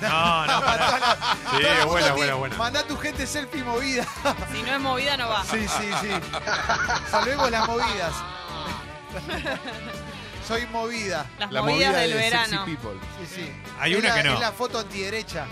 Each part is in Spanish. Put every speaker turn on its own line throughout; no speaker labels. No, no, pará. Sí,
Todo el mundo
buena,
tiene-
buena, buena.
Mandá tu gente selfie movida.
Si no es movida, no va.
Sí, sí, sí. Salvemos las movidas. Soy movida.
Las
La
movidas
movida
del
de
verano.
Sexy People.
Sí, sí.
Hay
Es
una
la-
que no.
Es la foto antiderecha.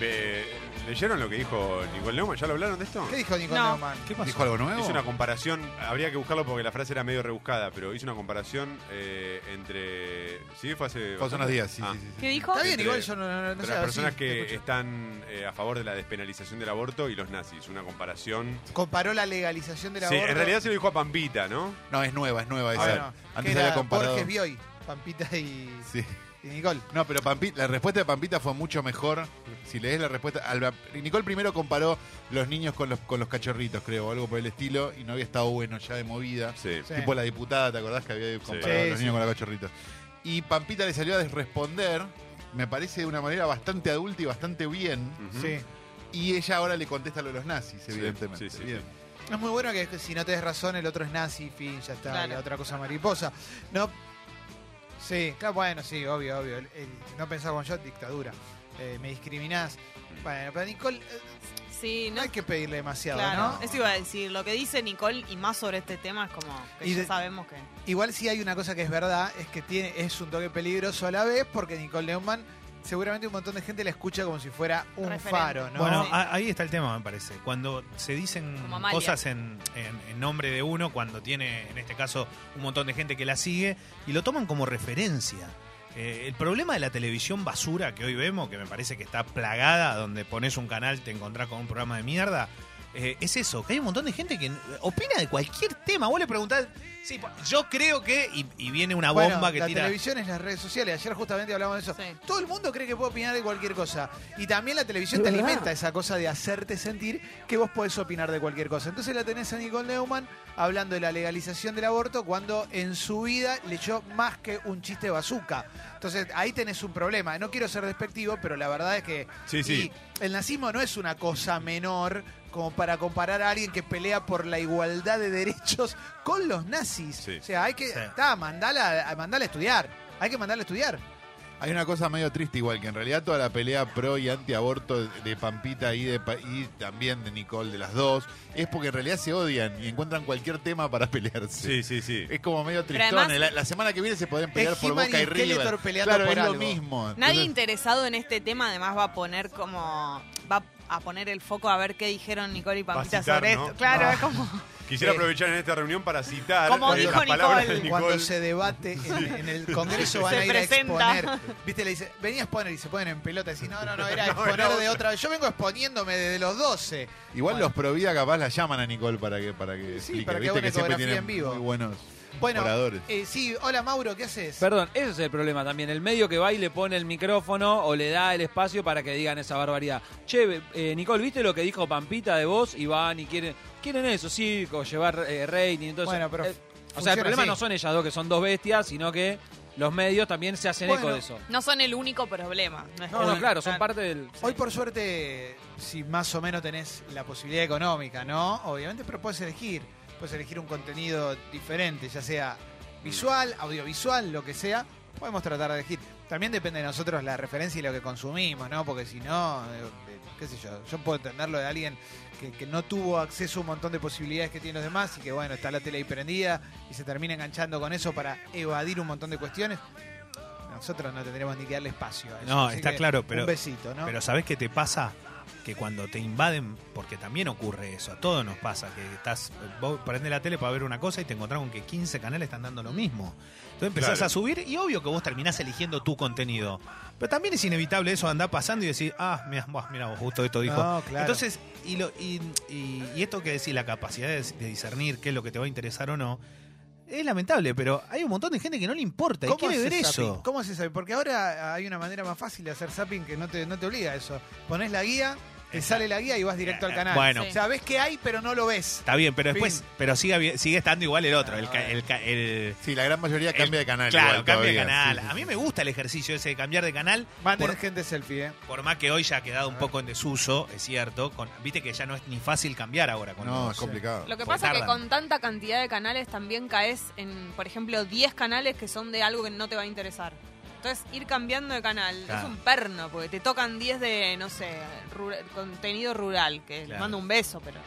Ve- ¿Leyeron lo que dijo Nicole Neumann? ¿Ya lo hablaron de esto?
¿Qué dijo Nico
No.
Neumann?
¿Dijo algo nuevo?
Hizo una comparación, habría que buscarlo porque la frase era medio rebuscada, pero hizo una comparación eh, entre. Sí, fue hace.
Fue hace unos días, sí,
Ah.
sí, sí, sí.
¿Qué dijo?
Está bien,
Entre-
igual yo no, no, no
Entre
sé. a
las
ver
personas
si te
que
escucho.
están eh, a favor de la despenalización del aborto y los nazis. Una comparación.
Comparó la legalización de la
Sí, en realidad se lo dijo a Pampita, ¿no?
No, es nueva, es
Ah,
nueva esa. Antes
que
había
era
comparado.
Borges Bioy, Pampita y,
Sí.
y Nicole.
No, pero Pampi- la respuesta de Pampita fue mucho mejor. Si lees la respuesta. Alba- Nicole primero comparó los niños con los, con los cachorritos, creo, o algo por el estilo, y no había estado bueno ya de movida.
Sí.
Sí.
Tipo la diputada, ¿te acordás que había comparado
Sí,
los
sí.
niños con los cachorritos? Y Pampita le salió a responder, me parece de una manera bastante adulta y bastante bien.
Ujú.
Sí.
Y ella ahora le contesta lo de los nazis,
Mm. Sí,
evidentemente.
sí, sí,
Bien.
sí.
Es muy bueno que si no te des razón, el otro es nazi, fin, ya está,
Claro.
y la otra cosa mariposa. No. Sí, claro, bueno, sí, obvio, obvio. El- el- no pensaba con yo, dictadura. Eh, me discriminás. Bueno, pero Nicole, eh,
Sí,
no
no.
hay que pedirle demasiado,
Claro,
¿no?
eso iba a decir. Lo que dice Nicole y más sobre este tema es como que
Y
ya
de-
sabemos que.
Igual sí hay una cosa que es verdad, es que tiene, es un toque peligroso a la vez, porque Nicole Neumann, seguramente un montón de gente la escucha como si fuera un
Referente.
faro, ¿no?
Bueno,
Sí.
a- ahí está el tema, me parece. Cuando se dicen
Como Amalia.
cosas en, en- en nombre de uno, cuando tiene, en este caso, un montón de gente que la sigue, y lo toman como referencia. Eh, el problema de la televisión basura que hoy vemos, que me parece que está plagada, donde pones un canal, te encontrás con un programa de mierda, eh, es eso, que hay un montón de gente que opina de cualquier tema. Vos le preguntás, sí, po- yo creo que, y, y viene una
Bueno,
bomba que
la
tira...
televisión es las redes sociales. Ayer justamente hablamos de eso.
Sí.
Todo el mundo cree que puede opinar de cualquier cosa. Y también la televisión te alimenta esa cosa de hacerte sentir que vos podés opinar de cualquier cosa. Entonces la tenés a Nicole Neumann hablando de la legalización del aborto cuando en su vida le echó más que un chiste bazooka. Entonces ahí tenés un problema. No quiero ser despectivo, pero la verdad es que
Sí, sí.
y el nazismo no es una cosa menor como para comparar a alguien que pelea por la igualdad de derechos con los nazis.
Sí.
O sea, hay que...
Sí.
Está, mandala, a- mandala a estudiar. Hay que mandarla a estudiar.
Hay una cosa medio triste igual, que en realidad toda la pelea pro y antiaborto de Pampita y, de, Pa- y también de Nicole, de las dos, es porque en realidad se odian y encuentran cualquier tema para
Sí,
pelearse.
sí, sí.
Es como medio tristón.
además-
la, la semana que viene se podrían pelear
Es
por
He-Man
Boca
y
y River.
Skeletor peleando
claro,
por
es
algo.
lo mismo.
Nadie
Entonces,
interesado en este tema además va a poner como va a poner el foco a ver qué dijeron Nicole y Pampita
Va a citar,
sobre
¿no?
esto. Claro,
Ah.
es como
Quisiera
eh,
Sí.
aprovechar en esta reunión para citar
Como
eh,
dijo
las palabras
Nicole.
de Nicole.
Cuando se debate en, en el Congreso van
Se
a ir
presenta.
a exponer. Viste, le dice, vení a exponer y se ponen en pelota y decís, no, no, no, era
No,
exponer
era
de
otra.
otra vez. Yo vengo exponiéndome desde los 12.
Igual
Bueno.
los pro vida capaz la llaman a Nicole para que para que
Sí,
explique.
para que haga una
Viste que siempre
ecografía
tienen
en vivo.
muy buenos
Bueno,
oradores.
eh, sí, hola Mauro, ¿qué haces?
Perdón, ese es el problema también. El medio que va y le pone el micrófono o le da el espacio para que digan esa barbaridad. Che, eh, Nicole, ¿viste lo que dijo Pampita de vos? Y van y quieren. Quieren eso, circo, llevar eh, rating. Entonces,
Bueno, pero
eh, o sea,
funciona
el problema
así.
no son ellas dos, que son dos bestias, sino que los medios también se hacen eco
Bueno.
de eso.
no son el único problema. es
No, no,
como-
claro, son parte del.
Hoy por suerte, si más o menos tenés la posibilidad económica, ¿no? Obviamente, pero puedes elegir. Puedes elegir un contenido diferente, ya sea
Mm.
visual, audiovisual, lo que sea. Podemos tratar de elegir. También depende de nosotros la referencia y lo que consumimos, ¿no? Porque si no, eh, eh, qué sé yo, yo puedo entenderlo de alguien que, que no tuvo acceso a un montón de posibilidades que tienen los demás y que, bueno, está la tele ahí prendida y se termina enganchando con eso para evadir un montón de cuestiones. Nosotros no tendremos ni que darle espacio a eso.
No,
Así
está
que
claro, pero-
Un besito, ¿no?
Pero ¿sabés qué te pasa? Que cuando te invaden, porque también ocurre eso, a todos nos pasa, que estás, vos prendés la tele para ver una cosa y te encontrás con que 15 canales están dando lo mismo. Entonces empezás
Claro.
a subir y obvio que vos terminás eligiendo tu contenido. Pero también es inevitable eso de andar pasando y decir, ah, mira, vos justo esto dijo.
No, claro.
Entonces, y, lo, y, y- y esto que decís, la capacidad de, de discernir qué es lo que te va a interesar o no, es lamentable, pero hay un montón de gente que no le importa y quiere
haces
ver eso.
zapping? ¿Cómo haces zapping? Porque ahora hay una manera más fácil de hacer zapping que no te, no te obliga a eso. Ponés la guía, te sale la guía y vas directo al canal.
Eh, Bueno.
Sí.
Sabés que hay, pero no lo ves.
Está bien, pero después,
Fin.
pero sigue, habi- sigue estando igual el otro, el, ca- el, ca- el-
Sí, la gran mayoría
el-
cambia de canal.
Eh, Claro,
igual
cambia de
todavía.
canal.
Sí, sí,
A mí me gusta el ejercicio ese de cambiar de canal,
Manden
Por-
gente selfie, ¿eh?
por más que hoy ya ha quedado
Ah.
un poco en desuso, es cierto. Con, Viste que ya no es ni fácil cambiar ahora con
No,
los- eh.
es complicado.
Lo que
Porque
pasa es que
tardan.
con tanta cantidad de canales también caes en, por ejemplo, 10 canales que son de algo que no te va a interesar. Entonces, ir cambiando de canal
Claro.
es un perno, porque te tocan 10 de, no sé, rura- contenido rural, que les
Claro.
mando un beso, pero...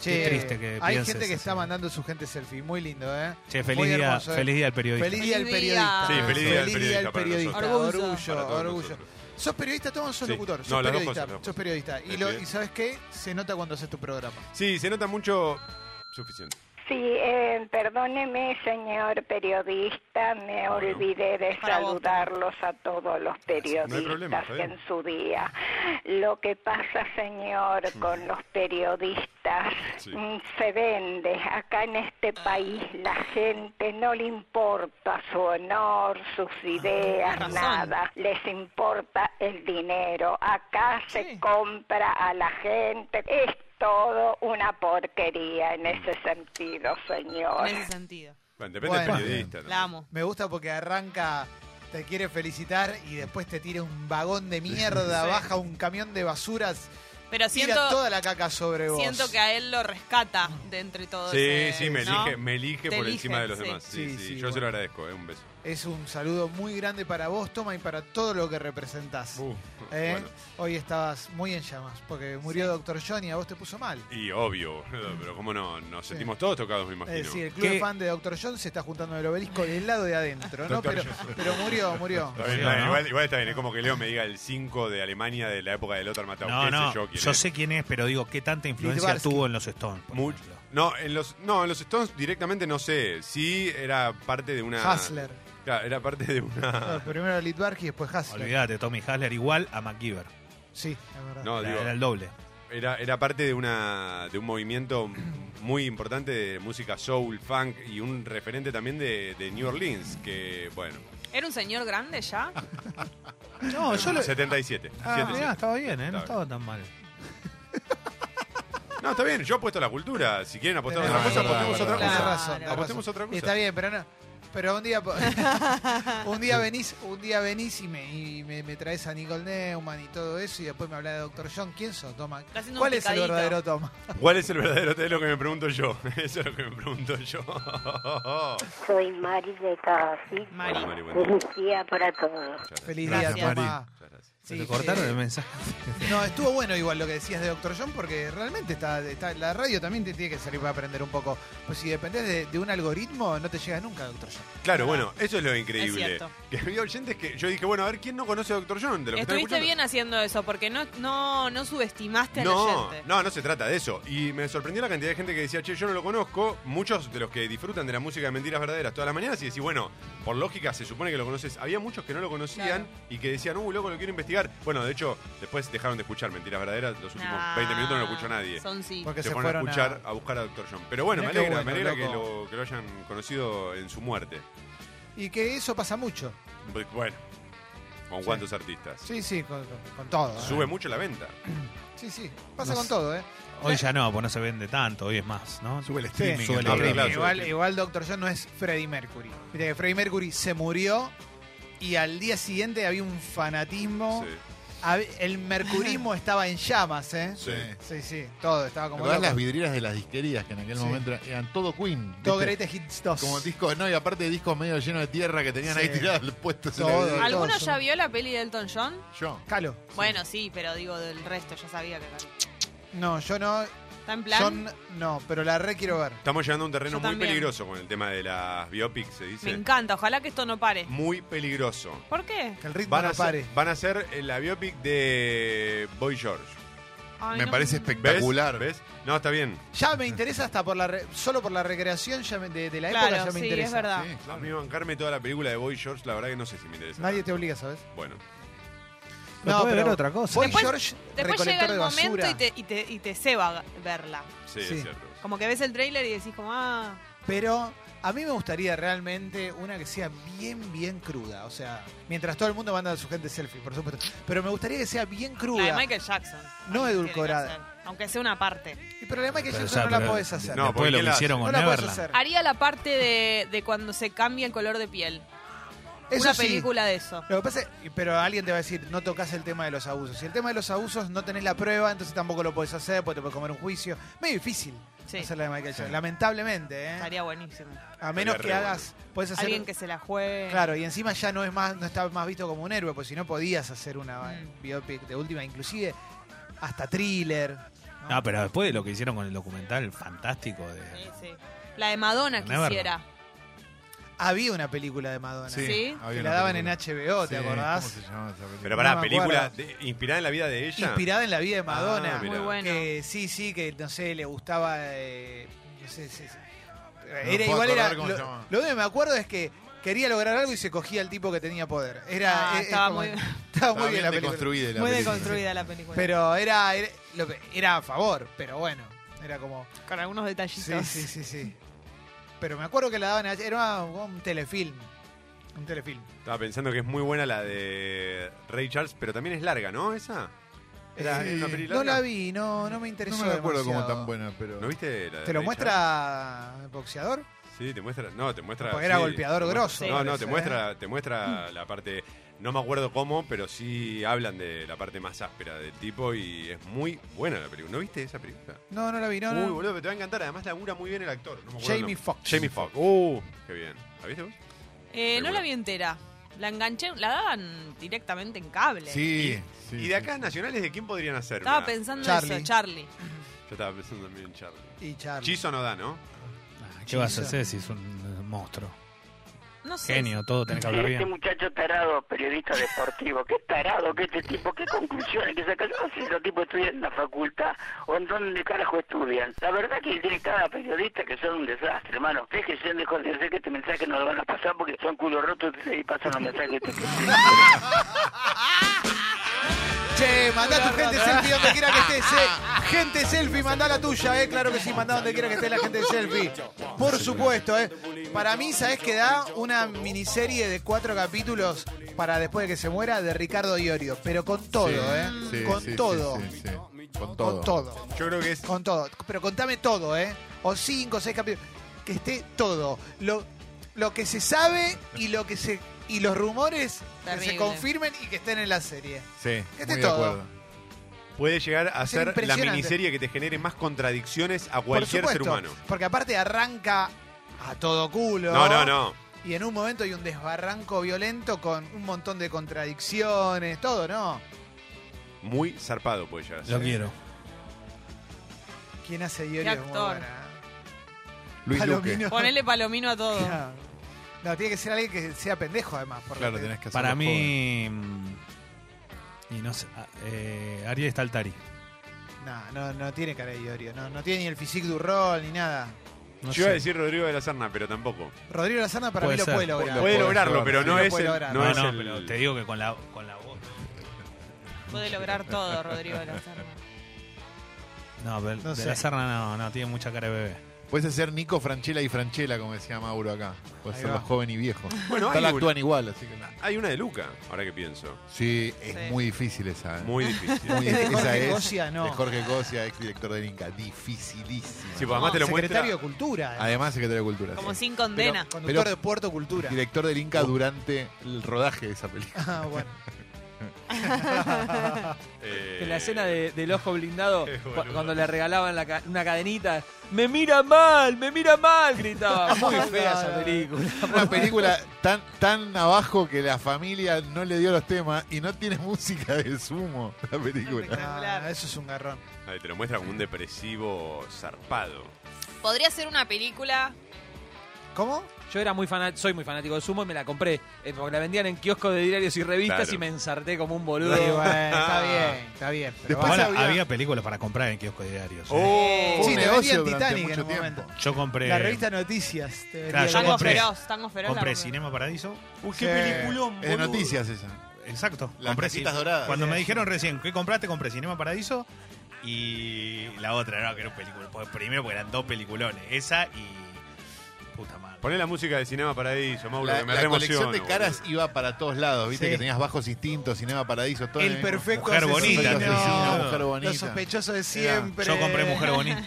Qué triste que
hay
pienses
gente que está
así.
mandando su gente selfie, muy lindo, ¿eh?
Che,
Muy
feliz día,
hermoso, ¿eh?
feliz día al periodista.
Feliz día al
Feliz
periodista.
día. Sí,
feliz día al periodista para
nosotros.
Orgullo,
Para
orgullo.
todos nosotros.
Sos periodista, Tom, o sos
Sí.
locutor. Sos
No, las dos
periodista.
cosas, las dos
sos periodista. Y,
El
lo,
period-
y sabes qué? Se nota cuando haces tu programa.
Sí, se nota mucho. Suficiente.
Sí, eh, perdóneme, señor periodista, me
Bueno.
olvidé de
Para vos,
saludarlos a todos los periodistas
No hay problema, está
que
bien.
en su día. Lo que pasa, señor, con los periodistas
Sí.
mm, se vende. Acá en este país la gente no le importa su honor, sus
Ah,
ideas,
razón.
nada. Les importa el dinero. Acá se compra a la gente. Es todo una porquería en ese sentido, señor.
En ese sentido.
Bueno, depende
Bueno.
del periodista. ¿no?
La amo.
Me gusta porque arranca, te quiere felicitar y después te tira un vagón de mierda, baja un camión de basuras, tira
Pero siento,
toda la caca sobre vos.
siento que a él lo rescata de entre todos.
Sí, sí, me
¿no?
elige, me elige
Te
por
elige,
encima de los
sí.
demás. Sí,
Sí,
sí,
sí,
yo
bueno.
se lo agradezco, eh, un beso.
Es un saludo muy grande para vos, Toma, y para todo lo que representás.
Uh,
¿Eh?
bueno.
Hoy estabas muy en llamas porque murió Doctor Johnny y a vos te puso mal.
Y obvio, boludo, pero cómo no, nos sentimos todos tocados, me imagino.
Es decir, Eh, el club
¿Qué?
de fan de Doctor John se está juntando en el obelisco del lado de adentro, ¿no?
Dr.
Pero, pero murió, murió.
Está bien,
Sí,
está bien,
¿no?
igual, igual está bien, es como que Leo me diga el 5 de Alemania de la época de Lothar Matthau,
No,
qué
no,
sé yo
yo,
quién es.
sé quién es, pero digo, ¿qué tanta influencia
Litvarsky.
tuvo en los Stones? por
Mucho.
ejemplo?
No, en los no, en los Stones directamente no sé, sí era parte de una
Hassler.
Claro, era parte de
No,
una
primero Litvarki y después Hassler.
Olvídate, Tommy Hasler igual a MacGyver.
Sí, es verdad.
No,
Era-
digo,
era el doble.
Era, era parte de una de un movimiento muy importante de música soul, funk y un referente también de, de New Orleans, que bueno,
¿Era un señor grande ya?
No, yo lo.
77.
Ah,
77.
mirá, estaba bien,
Está
¿eh? No
bien.
estaba tan mal.
No, está bien, yo apuesto a la cultura. Si quieren apostar a
Tenés
otra cosa,
razón,
apostemos a otra
tenés
cosa.
Claro.
razón, tenés
Apostemos
razón.
otra cosa.
Está bien, pero no. Pero un día po- un día venís, un día venís y me, y me, me traes a Nicole Neumann y todo eso, y después me hablas de Doctor John. ¿Quién sos, Toma?
Está haciendo un
¿Cuál es el
picadito.
verdadero Toma?
¿Cuál es el verdadero té? Es lo que me pregunto yo. Eso es lo que me pregunto yo.
Soy Mari de Casi.
Mari.
Hola, Mari, buen día.
Feliz día para todos.
Muchas gracias.
Feliz
Gracias,
día, Toma.
Mari.
Muchas gracias.
Se
Sí,
te cortaron
eh,
el mensaje.
No, estuvo bueno igual lo que decías de Doctor John, porque realmente está, está- la radio también te tiene que servir para aprender un poco. Pues si dependés de, de un algoritmo, no te llega nunca Doctor John.
Claro, bueno, eso es lo
Es
increíble.
cierto.
que había oyentes que yo dije, bueno, a ver, ¿quién no conoce a Dr. John? De los que están
Estuviste
escuchando?
bien haciendo eso, porque no, no, no subestimaste al
No,
oyente.
no, no se trata de eso. Y me sorprendió la cantidad de gente que decía, che, yo no lo conozco. Muchos de los que disfrutan de la música de mentiras verdaderas todas las mañanas y decís, bueno, por lógica se supone que lo conoces. Había muchos que no lo conocían
Claro.
y que decían, uy, loco, lo quiero investigar. Bueno, de hecho, después dejaron de escuchar mentiras verdaderas. Los últimos
Nah,
20 minutos no lo escuchó nadie.
Son sí.
Porque
se,
se,
fueron a
fueron
escuchar, a... buscar a Dr. John. Pero bueno, me
Mirá
alegra,
qué
me
bueno,
alegra que
loco.
lo, que lo hayan conocido en su muerte.
Y que eso pasa mucho.
Pues, Bueno, con
Sí.
cuántos artistas.
Sí, sí, con, con- con todo. ¿eh?
Sube mucho la venta.
Sí, sí, pasa
No
con
sé.
todo, ¿eh?
Hoy ya no, pues no se vende tanto, hoy es más, ¿no?
Sube el
Sí.
streaming.
Sube el
¿no?
streaming. Claro,
igual,
sí.
igual Doctor John no es Freddie Mercury. Viste que Freddie Mercury se murió y al día siguiente había un fanatismo.
Sí,
Hab- El mercurismo estaba en llamas, ¿eh?
sí.
Sí,
Sí.
sí, todo, estaba como...
¿Recordás
loco.
las vidrieras de las disquerías que en aquel
Sí.
momento eran- eran todo Queen?
Todo
¿viste?
Greatest Hits 2.
Como discos, no, y aparte discos medio llenos de tierra que tenían
Sí.
ahí tirados puestos en
Todo.
la vidriera.
Algo-
¿Alguno
todos
ya
son-
vio la peli de Elton John?
Yo.
Calo.
Bueno, sí, pero digo del resto, yo sabía que
No, yo no.
está en plan.
John no, pero la re quiero ver.
Estamos llegando a un terreno
Yo
muy
también.
peligroso con el tema de las biopics, se dice.
Me encanta, ojalá que esto no pare.
muy peligroso.
¿Por qué?
Que el ritmo
Van a,
no pare.
ser, van a hacer la biopic de Boy George.
Ay,
Me
no.
parece
¿Ves?
espectacular.
¿Ves? No, está bien.
Ya me interesa hasta por la re- solo por la recreación ya me- de, de la época
Claro,
ya me
sí,
interesa.
es verdad.
Sí,
A
claro.
mí bancarme toda la película de Boy George, la verdad que no sé si me interesa.
Nadie te obliga, ¿sabes?
Bueno,
Pero puede ver otra cosa.
Boy
Después-
George,
Después
recolector
llega el
de basura.
momento y te, y, te, y te ceba verla.
sí,
Sí.
es cierto.
Como que ves el tráiler y decís como, ah,
Pero a mí me gustaría realmente una que sea bien, bien cruda. O sea, mientras todo el mundo manda a su gente selfie, por supuesto. Pero me gustaría que sea bien
la de
cruda.
Michael Jackson.
No
Alguien
edulcorada.
tiene que hacer, Aunque sea una parte.
Y pero la de Michael
Pero
Jackson
ya,
no la
pero-
podés
No,
hacer.
No,
porque
después lo que
la-
hicieron
No
con
la podés
Neverland.
hacer.
Haría la parte de, de cuando se cambia el color de piel.
Eso
una
sí.
película de eso.
Lo que pasa es, pero alguien te va a decir, no tocas el tema de los pues abusos. Si el tema de los abusos no tenés la prueba, entonces tampoco lo podés hacer, porque te puedes comer un juicio. Medio difícil.
Sí.
hacer la de Michael Jackson. Lamentablemente, ¿eh?
Estaría buenísimo.
A menos
Estaría
que
re
hagas. Puedes hacer.
Alguien que se la juegue.
Claro, y encima ya no es más, no está más visto como un héroe, porque si no podías hacer una
Mm.
biopic de última, inclusive hasta thriller. ¿no?
No, pero después de lo que hicieron con el documental fantástico de.
Sí, sí. La de Madonna
Con Neverland.
quisiera.
Había una película de Madonna.
Sí,
Sí.
había
Que
una
la daban en
película.
HBO, ¿te
Sí,
acordás?
¿Cómo se llamaba esa película?
Pero pará,
No me
película
acuerdo.
de- inspirada en la vida de ella.
Inspirada en la vida de Madonna.
Ah,
Muy
Mirá.
bueno.
Que sí, sí, que no sé, le gustaba. eh, no sé, sí, sí. Era
puedo
igual era.
acordar cómo se
Lo,
llamaba.
lo único que me acuerdo es que quería lograr algo y se cogía al tipo que tenía poder. Era,
Ah,
eh, es
estaba
como-
muy bien.
estaba
Estaba
muy bien la
bien
película.
deconstruida la
Muy
película.
deconstruida la película.
Pero era, era, lo que- era a favor, pero bueno. Era como.
con algunos
Sí,
detallitos.
sí, sí, sí. Pero me acuerdo que la daban. en- Era un telefilm. Un telefilm.
Estaba pensando que es muy buena la de Ray Charles, pero también es larga, ¿no? Esa. Era-
Eh,
era una peli
no
larga.
la vi, no, no me interesó.
No me acuerdo
demasiado.
cómo tan buena, pero.
¿No viste la de
¿Te lo
Ray
muestra el boxeador?
Charles? Sí, te muestra. No, te muestra.
Porque era
sí,
golpeador
te muestra-
grosso,
No, no,
parece,
te muestra, te muestra la parte. No me acuerdo cómo, pero sí hablan de la parte más áspera del tipo y es muy buena la película. ¿No viste esa película?
No, no la vi, no,
Uy,
no.
boludo, pero te va a encantar. Además, labura muy bien el actor. No me acuerdo el
Jamie
nombre.
Foxx.
Jamie Foxx. Uh, qué bien. ¿La viste vos?
Eh, no
Seguro.
la vi entera. La enganché, la daban directamente en cable.
Sí, sí.
Y de acá, nacionales, ¿de quién podrían hacer?
Estaba
una?
pensando
Charlie.
eso, Charlie.
Yo estaba pensando también en Charlie.
Y Charlie.
Chizo no da, ¿no?
Ah, ¿Qué
Sí,
vas a
sí.
hacer si es un eh, monstruo?
No sé.
Genio, todo tenés que hablar
este
bien.
muchacho tarado, periodista deportivo, qué tarado que este tipo, qué conclusiones que saca. Yo no sé si los tipos estudian en la facultad o en dónde carajo estudian. La verdad que tiene cada periodista que son un desastre, hermano. Fíjense, mejor de hacer que este mensaje no lo van a pasar porque son culo rotos y pasan los mensajes. este
Che, mandá tu gente selfie donde quiera que estés, eh. Gente selfie, mandá la tuya, eh. Claro que sí, mandá donde quiera que esté la gente de selfie. Por supuesto, eh. Para mí, ¿sabés que da? Una miniserie de cuatro capítulos para después de que se muera de Ricardo Iorio. Pero con todo,
Sí,
eh.
sí,
con
sí, sí,
todo.
sí, sí. Con todo.
Con todo.
Yo creo que es
Con todo. Pero contame todo, eh. O cinco, seis capítulos. Que esté todo. Lo, lo que se sabe y lo que se. Y los rumores que se
Terrible.
confirmen y que estén en la serie.
Sí,
Este
muy de
todo.
acuerdo.
Puede llegar a
Es
ser la
impresionante.
miniserie que te genere más contradicciones a
Por
cualquier ser
supuesto,
humano.
Porque aparte arranca a todo culo.
No, no, no.
Y en un momento hay un desbarranco violento con un montón de contradicciones, todo, ¿no?
Muy zarpado puede llegar a ser.
Lo quiero.
¿Quién hace Iorio?
Qué
es muy
actor.
buena.
Luis Luque.
Palomino.
Ponele palomino a todo.
Claro. No, tiene que ser alguien que sea pendejo además. porque-
Claro, tenés que hacer
Para mí. mm, Y no sé. ah, eh, Ariel está Altari.
No, no, no tiene cara de Iorio. No, no tiene ni el physique du rol ni nada.
No
Yo iba a
sé.
decir Rodrigo de la Serna, pero tampoco.
Rodrigo Lazarna para
Puede
mí lo
ser.
puede lograr.
Puede
puede
lograrlo,
lograr,
pero
sí,
no
lo
es
puede
el.
lograr.
No,
No, es
no,
el-
pero te digo que con la, con la voz.
Puede lograr todo, Rodrigo de la Serna.
No, pero
No
de
sé.
la Serna no, no, tiene mucha cara de bebé.
Puedes hacer Nico, Franchella y Franchella, como decía Mauro acá. Puedes
Ahí
ser
va.
los joven y viejo.
Bueno, hay
Tal
una,
actúan igual, así que.
hay una de Luca, ahora que pienso.
Sí, es
Sí.
muy difícil esa. ¿eh?
Muy difícil.
Muy
¿Es de
difícil. Esa
Jorge
es
Cosia? No.
de Jorge Cosia, ex director del Inca. Dificilísima.
Sí, pues además te lo muestra.
Secretario de Cultura. además.
Además, secretario de Cultura.
Como
sí.
sin condena.
Conductor de
Pero-
Puerto Cultura.
Director del Inca
Oh.
durante el rodaje de esa película.
Ah, bueno.
eh,
En la escena de- del ojo blindado,
Qué
cu-
boludo.
cuando le regalaban la ca- una cadenita, ¡me mira mal! ¡me mira mal! gritaba. Muy fea esa película.
Una película tan, tan abajo que la familia no le dio los temas y no tiene música de sumo la película.
Espectacular.
Ah, eso es un garrón.
ahí Te lo muestra como un depresivo zarpado.
Podría ser una película.
¿Cómo?
Yo era muy fanático, soy muy fanático de Sumo y me la compré, eh, porque la vendían en kioscos de diarios y revistas
Claro.
y me ensarté como un
Sí,
boludo.
bueno, está bien, está bien. Pero
Después
Ahora,
bueno,
había-
había... películas para comprar en kioscos diarios. ¿eh?
¡Oh!
Sí,
un
te
negocio
vendían
durante
Titanic en
mucho
un
tiempo.
momento.
Yo compré.
la revista Noticias. te
Claro,
vendía
yo
Tango
la-
compré-
feroz, tango feroz. la
compré
compré.
Cinema Paradiso.
Uy,
Sí.
peliculón,
Es de
boludo.
noticias esa.
Exacto.
Las
compré
cajitas
Cin-
doradas.
Cuando me
Sí.
dijeron recién que compraste, compré Cinema Paradiso y la otra, no, que era un película. Pues Primero porque eran dos peliculones. Esa y. Puta madre.
Poné la música de Cinema Paradiso, Mauro,
La,
que me
la colección
reemociono,
de caras
boludo.
iba para todos lados, viste
Sí.
que tenías bajos instintos, Cinema Paradiso, todo en
El
mismo-
perfecto
Mujer
asesino,
bonita, asesino,
mujer bonita.
Lo sospechoso de siempre.
Yo compré Mujer Bonita.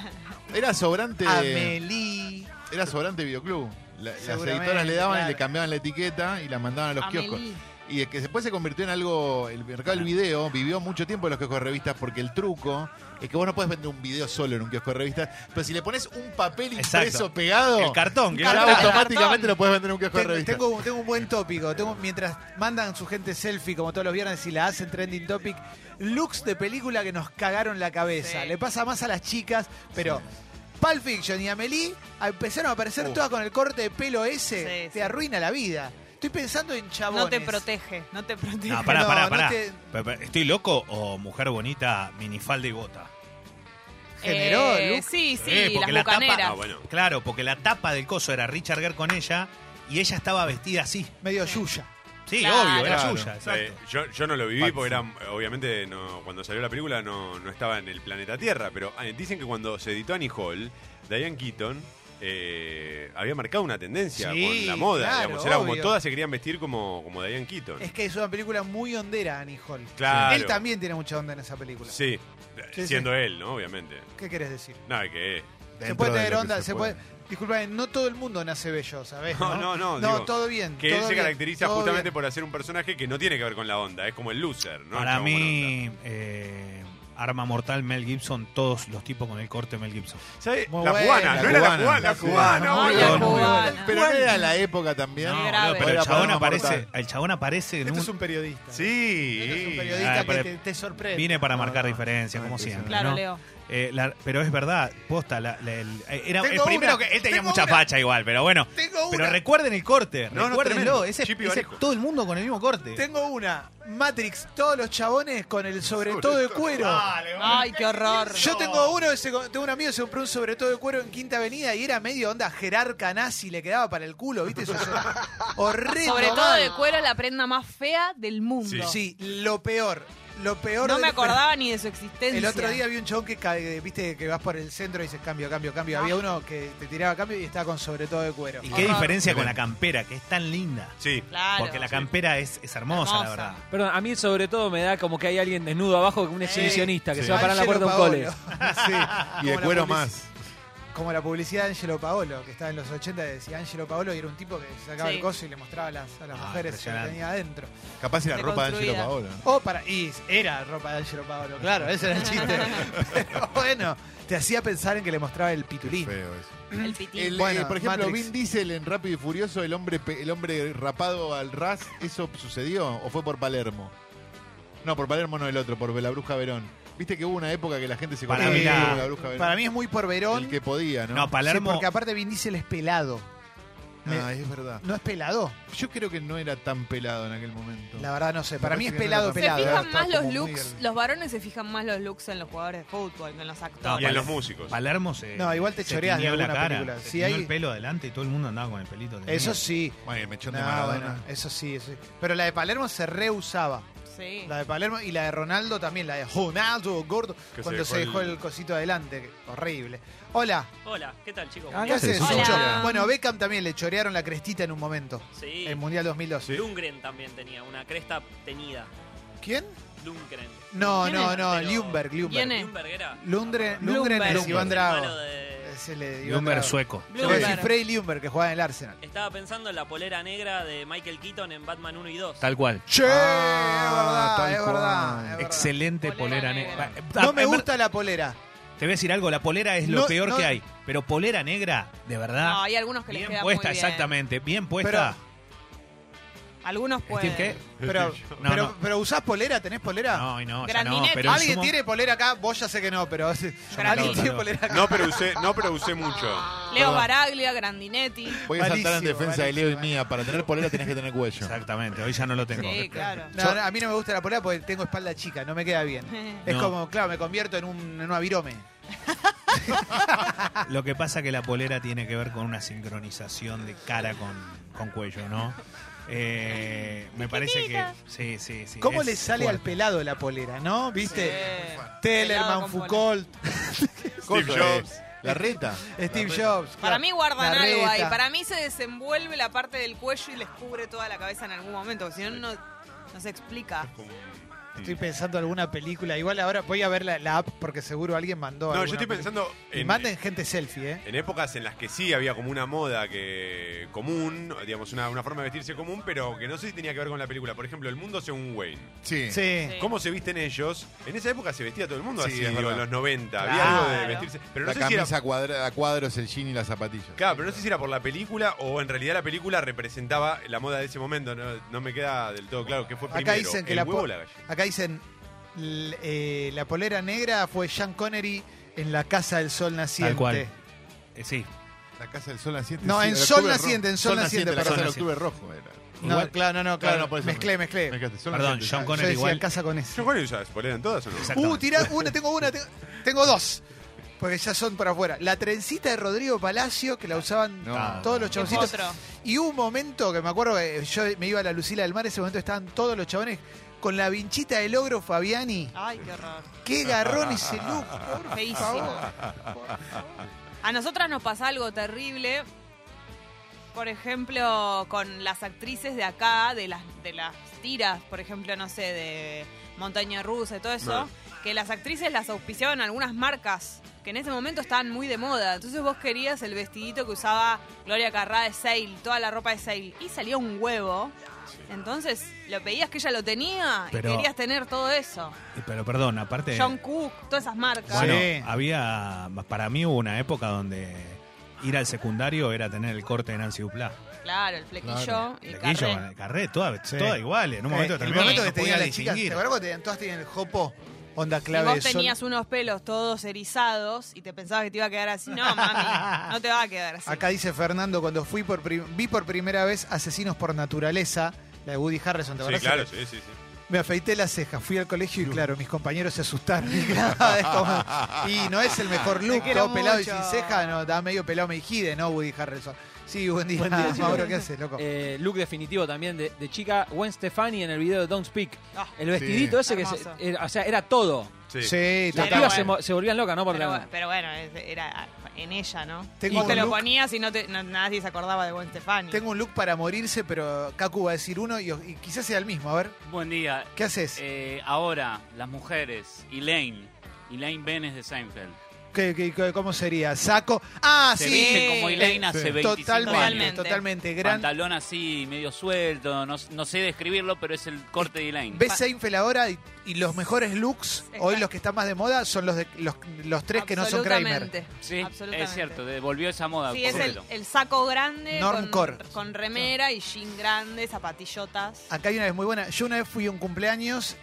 Era sobrante,
Amelie.
era sobrante videoclub. La- las
Seguramente,
editoras le daban y
claro.
le cambiaban la etiqueta y la mandaban a los
Amelie.
kioscos. y que después se convirtió en algo, el mercado del video vivió mucho tiempo en los kioscos de revistas porque el truco es que vos no podés vender un video solo en un kiosco de revistas, pero si le pones un papel impreso
Exacto.
pegado,
El cartón, que
ya
era-
automáticamente lo podés vender en un kiosco de
Tengo,
revistas.
tengo, tengo un buen tópico. Tengo, mientras mandan su gente selfie, como todos los viernes, y la hacen trending topic, looks de película que nos cagaron la cabeza.
Sí.
Le pasa más a las chicas, pero Pulp Fiction y Amelie empezaron a aparecer
Uf.
todas con el corte de pelo ese.
Sí,
te
sí.
arruina la vida. Estoy pensando en chabones.
No te protege, no te protege.
No, pará,
No,
pará,
no
pará.
te-
Pa- pa- ¿Estoy loco o mujer bonita, minifalda y bota?
Generó,
Eh,
Luke.
Sí, sí,
Eh,
las
porque la tapa-
bucaneras.
Ah, bueno.
Claro, porque la tapa del coso era Richard Gere con ella y ella estaba vestida así.
Medio Yuya.
Sí,
Claro.
obvio, era
Claro.
suya,
Eh,
exacto.
yo, yo no lo viví
Maxi.
porque era, obviamente, no, cuando salió la película no, no estaba en el planeta Tierra, pero eh, dicen que cuando se editó Annie Hall, Diane Keaton eh, había marcado una tendencia
Sí,
con la moda,
claro,
digamos, era como
obvio.
todas se querían vestir como, como Diane Keaton.
Es que es una película muy hondera, Annie Hall.
Claro.
Él también tiene mucha onda en esa película.
Sí,
Sí,
siendo él, ¿no? Obviamente.
¿Qué querés decir?
No, es que
se
Dentro
puede
de
tener
lo que
onda, se, puede. Disculpame, no todo el mundo nace bello, ¿sabés?
No,
No,
no, no,
No,
digo,
todo bien.
que él
todo
se
bien,
caracteriza
todo
justamente
bien.
por hacer un personaje que no tiene que ver con la onda, es como el loser, ¿no?
Para
El chabón buena onda.
mí, eh, arma mortal Mel Gibson, todos los tipos con el corte Mel Gibson.
¿Sabes?
Muy
La
buena,
cubana,
la
no era la
cubana.
cubana, la
La
cubana,
cubana.
boludo.
Ay, la cubana.
Pero no era la época también.
No,
boludo,
grave.
pero el
Era
chabón,
para Arma
aparece,
Mortal.
el chabón aparece en
Este
un-
es un periodista.
Sí.
Este es un periodista
Ah,
que
pero-
te, te sorprende.
Vine para marcar
no, no.
diferencia,
No,
como
sí,
siempre.
Claro,
¿no?
Leo.
Eh, la- pero es verdad, posta, la- la- el- eh, era,
Tengo
el primero
una,
que él tenía
tengo
mucha
una.
facha igual, pero bueno.
Tengo una.
Pero recuerden el corte,
No, no,
recuérdenlo,
tremendo.
ese,
Chipi
ese-
Varejo.
todo el mundo con el mismo corte.
Tengo una. Matrix, todos los chabones con el sobre todo de cuero.
Ay, qué horror.
Yo tengo uno, ese- tengo un amigo que se compró un sobre todo de cuero en Quinta Avenida y era medio onda jerarca nazi, le quedaba para el culo, ¿viste? Eso es horrible.
Sobre todo de cuero, la prenda más fea del mundo.
Sí, lo peor. Lo peor.
No
del-
me acordaba ni de su existencia.
El otro día vi un chabón que, ca- eh, viste, que vas por el centro y dices cambio, cambio, cambio.
Ah.
Había uno que te tiraba cambio y estaba con sobre todo de cuero.
Y qué
Horror.
diferencia con la campera, que es tan linda.
Sí.
Claro.
Porque la campera es, es hermosa, la
Hermosa.
verdad.
Perdón, a mí sobre todo me da como que hay alguien desnudo abajo, un exhibicionista que
Sí.
se va a parar en la puerta de un cole.
Angelo Paolo. Sí.
Y de
Como la
cuero
publici-
más.
Como la publicidad de Angelo Paolo, que estaba en los 80 y decía Angelo Paolo y era un tipo que sacaba
Sí.
el coso y le mostraba a las, a las
Ah,
mujeres que
impresionante.
tenía adentro.
Capaz era ropa de Angelo
Deconstruida.
Paola.
O para, y era ropa de Angelo Paolo, claro, ese era el chiste. Pero bueno, te hacía pensar en que le mostraba el pitulín.
Feo eso.
El pitín.
El,
Bueno,
eh, por ejemplo,
Matrix.
Vin Diesel en Rápido y Furioso, el hombre, pe- el hombre rapado al ras, ¿eso sucedió? ¿O fue por Palermo? No, por Palermo no el otro, por la Bruja Verón. Viste que hubo una época que la gente se
Para
cortaba
mí
el pelo
la-
con la Bruja Verón.
Para mí es muy por Verón.
El que podía, ¿no?
No,
sí,
Palermo.
porque aparte Vin Diesel es pelado. me-
Ah, es verdad.
No es pelado.
Yo creo que no era tan pelado en aquel momento.
La verdad no sé. Para mí es
parece que no
pelado,
lo
Se
cambió.
pelado.
fijan
Está
más los
como muy
looks,
bien.
los varones se fijan más los looks en los jugadores de fútbol que en los actores.
Y en los músicos.
Palermo se.
No, igual te
se
choreás de
tiñó la
alguna
cara,
película.
Se
Si
tiñó
hay-
el pelo adelante y todo el mundo andaba con el pelito. teñido.
Eso sí.
Bueno, el mechón de
No,
Maradona.
bueno, eso sí, eso sí. Pero la de Palermo se reusaba.
Sí.
La de Palermo y la de Ronaldo también, la de Ronaldo gordo,
Que
cuando se dejó, el... cosito adelante. que- Horrible. Hola.
Hola, ¿qué tal chicos?
¿Qué haces,
Hola.
Sucho?
Hola.
Bueno, Beckham también le chorearon la crestita en un momento.
Sí.
El Mundial 2002.
Sí.
Lundgren también tenía una cresta teñida.
¿Quién?
Lundgren.
No,
¿Quién
no,
es?
no,
Pero-
Liumberg,
¿Quién
Liumberg.
es?
Lundberg era.
Lundgren,
Blumberg.
Lundgren es
Blumberg.
Iván
Malo
Drago.
de-
Es el de Iván
Lumber
Drago.
sueco.
Yo voy a decir
Blumberg.
Frey Liumberg, que juega en el Arsenal.
Ah,
Estaba pensando en la polera negra de Michael Keaton en Batman 1 y 2.
Tal cual.
Che,
Ah,
es verdad,
tal
es
cual.
verdad, es verdad.
Excelente
Polera
polera,
negra.
negra. Ah,
No me gusta la polera.
Te voy a decir algo, la polera es lo
No,
peor
no-
que hay. Pero polera negra, de verdad.
No, hay algunos que les
bien
queda
puesta,
muy bien.
exactamente. Bien puesta.
Algunos pueden.
Steve, ¿qué?
Pero,
No,
pero,
no.
pero ¿usás polera? ¿Tenés polera?
No, y no, ya no.
Grandinete.
Pero en
¿Alguien
su mo-
tiene polera acá? Vos ya sé que no, pero. ¿Alguien
Grandinete.
tiene polera acá?
No, pero usé, no, pero usé mucho.
Leo Baraglia, Grandinetti.
Voy a saltar en
Malísimo,
defensa de Leo y
malísimo.
mía. Para tener polera tenés que tener cuello.
Exactamente, hoy ya no lo tengo.
Sí, claro.
No, no, a mí no me gusta la polera porque tengo espalda chica, no me queda bien. Es
No.
como, claro, me convierto en un, en un avirome.
Lo que pasa que la polera tiene que ver con una sincronización de cara con, con cuello, ¿no? Eh, me parece que. Sí, sí, sí.
¿Cómo
es
le sale al
fuerte.
pelado la polera, no? ¿Viste?
Eh, pelado
Tellerman,
con polera.
Foucault,
Steve
Coso, eh,
Jobs.
La reta.
Steve Jobs.
Para
claro.
mí guardan
La
algo ahí.
reta.
Para mí se desenvuelve la parte del cuello y les cubre toda la cabeza en algún momento. porque Si no, no, no se explica.
Como un-
Estoy pensando alguna película. Igual ahora voy a ver la, la app porque seguro alguien mandó.
No, yo
alguna
estoy
película.
pensando
Y
en,
manden gente selfie, ¿eh?
en épocas en las que sí había como una moda que común, digamos, una, una forma de vestirse común, pero que no sé si tenía que ver con la película. Por ejemplo, El Mundo según Wayne.
Sí.
Sí.
¿Cómo se visten ellos? En esa época se vestía todo el mundo
Sí,
así,
es
digo, en
verdad.
los 90. Había algo de
Claro.
vestirse. Pero no
la
sé si
camisa
era
cuadra- a cuadros, el jean y las zapatillas.
Claro, pero no sé si era por la película o en realidad la película representaba la moda de ese momento. No, no me queda del todo claro qué fue primero.
Acá dicen que
el
la
huevo
po-
o la gallina.
Acá dicen l- eh, la polera negra fue Sean Connery en la Casa del Sol Naciente.
Tal cual. Eh, sí.
La casa del sol naciente.
No,
sí,
en
el
Sol
Octubre
Naciente,
Rojo.
en Sol Naciente,
La casa del
perdón.
octubre rojo era.
No,
Igual-
claro, no, no, claro.
no, por eso
mezclé,
me-
mezclé.
me quedaste, Sol
Perdón,
Naciente.
John
Yo
Connery
decía
igual.
casa con S.
Yo con ellos spoiler en todas o no.
Exactamente.
Uh, tirá una, tengo una, tengo, tengo dos. Porque ya son para afuera. La trencita de Rodrigo Palacio, que la usaban
No.
todos los
Es
chaboncitos.
otro.
Y hubo un momento que me acuerdo que yo me iba a la Lucila del Mar, ese momento estaban todos los chabones con la vinchita del ogro Fabiani.
Ay, qué horror.
¡Qué garrón ese look! por
Feísimo.
favor!
A nosotras nos pasa algo terrible. Por ejemplo, con las actrices de acá, de las, de las tiras, por ejemplo, no sé, de Montaña Rusa y todo eso,
No.
que las actrices las auspiciaban algunas marcas que en ese momento estaban muy de moda. Entonces vos querías el vestidito que usaba Gloria Carrá de Sale, toda la ropa de Sale, y salía un huevo. Entonces lo pedías que ella lo tenía
Pero-
y querías tener todo eso.
Eh, Pero perdón, aparte.
John Cook, todas esas marcas.
Bueno,
Sí.
había. Para mí hubo una época donde ir al secundario era tener el corte de Nancy Duplá.
Claro, el flequillo
Claro.
y
Flequillo,
carré.
eh,
Carré, todas
Sí.
todas iguales. En un momento
Eh, el
determinado
momento
no
que
se
tenían
podía
las chicas, ¿te
distinguir.
acuerdas que tenían- todas tenían el jopo onda
Y
clave
vos
de sol?
tenías unos pelos todos erizados y te pensabas que te iba a quedar así. No, mami, no te va a quedar así.
Acá dice Fernando, cuando fui por prim- vi por primera vez Asesinos por Naturaleza, la de Woody Harrison, ¿te
Sí,
acordás?
claro, sí, sí, sí.
Me afeité las cejas, fui al colegio y claro, mis compañeros se asustaron. Y, claro, es como- y no es el mejor look,
quiero
todo pelado y
mucho.
sin ceja, no, da medio pelado mejide, ¿no, Woody Harrelson? Sí, buen día,
Buen día,
Mauro,
chicos.
¿qué haces, loco?
Eh, look definitivo también de, de chica Gwen Stefani en el video de Don't Speak.
Ah,
El vestidito ese que se-
Hermoso.
era, o sea, era todo.
Sí.
sí,
Las
Pero
pibas
total.
se,
bueno.
mo- se volvían locas, ¿no? Por
Pero,
la-
bu- pero bueno, es- era en ella, ¿no?
Tengo
vos te
un
lo
look-
ponías y no te, no- nadie se acordaba de buen Stefani.
Tengo un look para morirse, pero Kaku va a decir uno y, y quizás sea el mismo. A ver,
Buen día.
¿qué haces?
Eh, ahora, las mujeres. Elaine. Elaine Benes de Seinfeld.
¿Qué- qué- qué- cómo sería? ¿Saco? Ah,
Se
sí.
visten como Elaine hace
Sí.
25
Totalmente,
años.
Totalmente.
totalmente. Gran,
Pantalón así, medio suelto. No, no sé describirlo, pero es el corte de Elaine.
Ves Seinfeld ahora y, y los mejores looks,
Exacto.
hoy los que están más de moda, son los, de, los, los tres que no son Kramer.
Absolutamente,
Sí,
absolutamente.
es cierto. Devolvió esa moda.
Ah,
Sí, es
por
el,
cierto.
el saco grande
Normcore.
con, con remera y jean grande, zapatillotas.
Acá hay una vez muy buena. Yo una vez fui a un cumpleaños